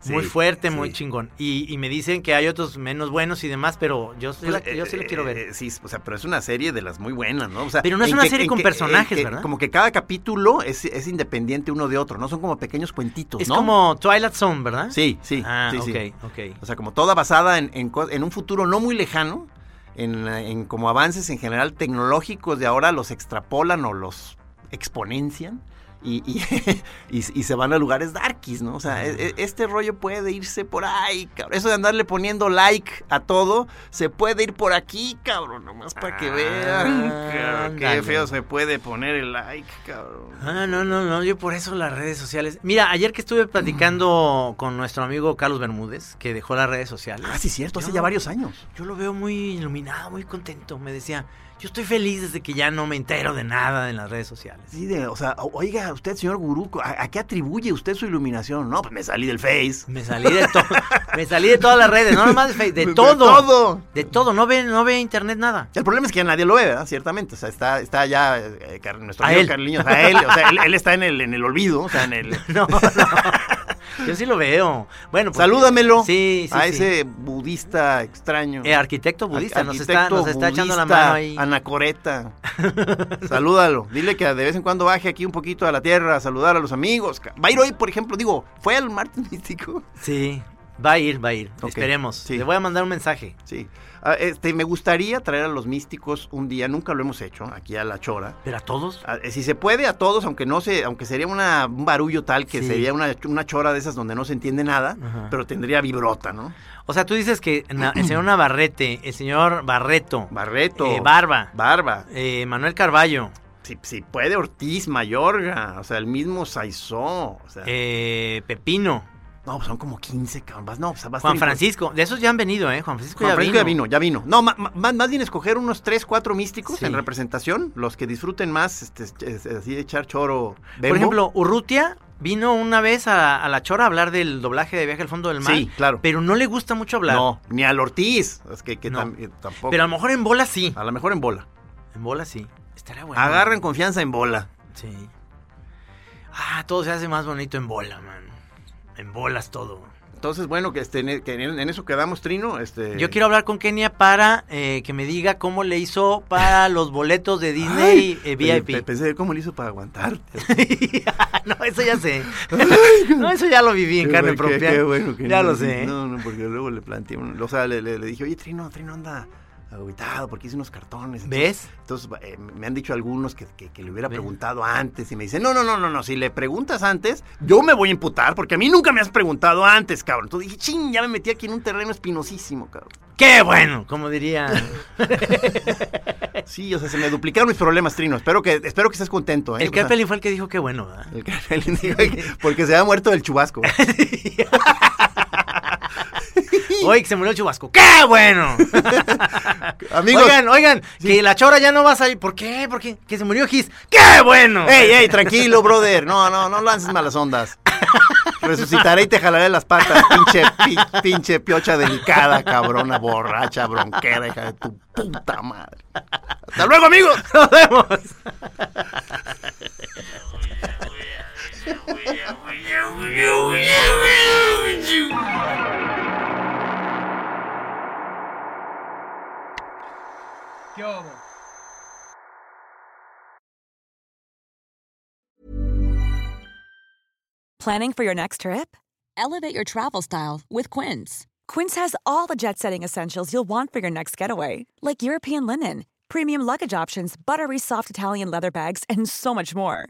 C: muy
B: Sí,
C: fuerte, muy
B: sí.
C: chingón. Y, y me dicen que hay otros menos buenos y demás, pero yo sí,
B: Pues,
C: la- yo sí
B: eh,
C: lo quiero ver.
B: eh, sí, o sea, pero es una serie de las muy buenas, ¿no? O sea,
C: Pero no es
B: en
C: una
B: que-
C: serie
B: en
C: con
B: que-
C: personajes,
B: en que-
C: ¿verdad?
B: Como que cada capítulo es, es independiente uno de otro, ¿no? Son como pequeños cuentitos,
C: es
B: ¿no?
C: como Twilight Zone, ¿verdad?
B: Sí, sí.
C: Ah,
B: sí,
C: ok,
B: sí.
C: ok.
B: O sea, como toda basada en, en co- en un futuro no muy lejano, en, eh, en como avances en general tecnológicos de ahora los extrapolan o los exponencian y, y, y- y se van a lugares darkies, ¿no? O sea, e- e- este rollo puede irse por ahí, cabrón. Eso de andarle poniendo like a todo, se puede ir por aquí, cabrón, nomás para que vean. Ah, cabrón,
C: Ándale.
B: qué feo se puede poner el like, cabrón.
C: Ah, no, no, no, yo por eso las redes sociales. Mira, ayer que estuve platicando con nuestro amigo Carlos Bermúdez, que dejó las redes sociales.
B: Ah, sí, cierto, hace
C: yo-
B: ya varios años.
C: Yo lo veo muy iluminado, muy contento. Me decía, Yo estoy feliz desde que ya no me entero de nada en las redes sociales.
B: Sí, de, o sea, o- oiga, usted, señor gurú, ¿a, a qué atribuye usted su iluminación? No, pues me salí del Face.
C: Me salí de todo. me salí de todas las redes, no nomás de Facebook, de
B: De
C: todo.
B: todo.
C: De todo, no ve, no ve internet nada.
B: El problema es que ya nadie lo ve, ¿verdad? Ciertamente. O sea, está, está ya eh, Car- nuestro
C: A
B: amigo
C: él.
B: Carliños, a él. O sea, él, él está en el, en el olvido. O sea, en el.
C: No, no. Yo sí lo veo. Bueno, pues,
B: Salúdamelo
C: Sí, sí.
B: a
C: sí.
B: ese budista extraño.
C: Eh, arquitecto budista, nos, está,
B: Arquitecto
C: nos está echando la
B: budista,
C: mano ahí.
B: Anacoreta. Salúdalo. Dile que de vez en cuando baje aquí un poquito a la tierra a saludar a los amigos. ca- Va a ir hoy, por ejemplo, digo, ¿fue al martes místico?
C: Sí, va a ir, va a ir.
B: Ok,
C: Esperemos.
B: sí.
C: Le voy a mandar un mensaje.
B: Sí. Ah, este, me gustaría traer a los místicos un día, nunca lo hemos hecho, aquí a la chora.
C: ¿Pero a todos?
B: A- eh, Si se puede a todos, aunque no se, aunque sería una, un barullo tal que
C: Sí.
B: sería una, una chora de esas donde no se entiende nada,
C: Ajá.
B: pero tendría vibrota, ¿no?
C: O sea, tú dices que na- el señor Navarrete, el señor Barreto,
B: Barreto.
C: eh, Barba,
B: Barba.
C: eh, Manuel Carballo,
B: Si, si puede Ortiz, Mayorga, o sea, el mismo Saizó. O sea,
C: eh, Pepino,
B: no, son como 15, cabrón. vas- No, o sea, vas a
C: Juan
B: tener-
C: Francisco. De esos ya han venido, ¿eh? Juan Francisco,
B: Juan
C: ya,
B: Francisco
C: vino.
B: ya vino, ya vino. No, ma- ma- más, más bien escoger unos 3, 4 místicos
C: Sí.
B: en representación, los que disfruten más, este, es- es- así echar choro.
C: Por ejemplo, Urrutia vino una vez a, a la Chora a hablar del doblaje de Viaje al Fondo del Mar.
B: Sí, claro.
C: Pero no le gusta mucho hablar.
B: no, ni al Ortiz, es que, que
C: No.
B: tam- eh, tampoco.
C: Pero a lo mejor en bola sí.
B: a lo mejor en bola.
C: En bola sí. Estará bueno.
B: Agarran confianza en bola.
C: Sí. Ah, todo se hace más bonito en bola, man. En bolas todo.
B: Entonces, bueno, que, este, en- que en, en eso quedamos, Trino. Este,
C: Yo quiero hablar con Kenia para eh, que me diga cómo le hizo para los boletos de Disney eh,
B: Pe- pe-
C: VIP.
B: Pensé, ¿cómo le hizo para aguantar?
C: no, eso ya sé. no, eso ya lo viví en
B: Qué
C: carne
B: bueno, qué-
C: propia.
B: qué bueno que
C: ya
B: no,
C: lo sé.
B: No, no, porque luego le planteé, un- o sea, le, le- le dije, oye, Trino, Trino anda agüitado porque hice unos cartones.
C: ¿Ves?
B: Entonces, eh, me han dicho algunos que, que- que le hubiera
C: Ve.
B: preguntado antes y me dicen, no, no, no, no, no, si le preguntas antes, yo me voy a imputar porque a mí nunca me has preguntado antes, cabrón. Entonces dije, ching, ya me metí aquí en un terreno espinosísimo, cabrón.
C: ¡Qué bueno! Como diría.
B: Sí, o sea, se me duplicaron mis problemas, Trino. Espero que, espero que estés contento, ¿eh?
C: El
B: O sea,
C: Capelli fue el que dijo qué bueno, ¿verdad?
B: El Carpelín dijo que- porque se había muerto del chubasco.
C: Oye, que se murió el chubasco. ¡Qué bueno!
B: Amigos,
C: Oigan, oigan, que la chora ya no va a salir. ¿Por qué? ¿Por qué? Que se murió Gis. ¡Qué bueno!
B: ¡Ey, ey, tranquilo, brother! No, no, no lances malas ondas. Resucitaré y te jalaré las patas, pinche, pi- pinche piocha delicada, cabrona, borracha, bronquera, hija de tu puta madre. ¡Hasta luego, amigos!
C: ¡Nos vemos!
F: Planning for your next trip? Elevate your travel style with Quince. Quince has all the jet setting essentials you'll want for your next getaway, like European linen, premium luggage options, buttery soft Italian leather bags, and so much more.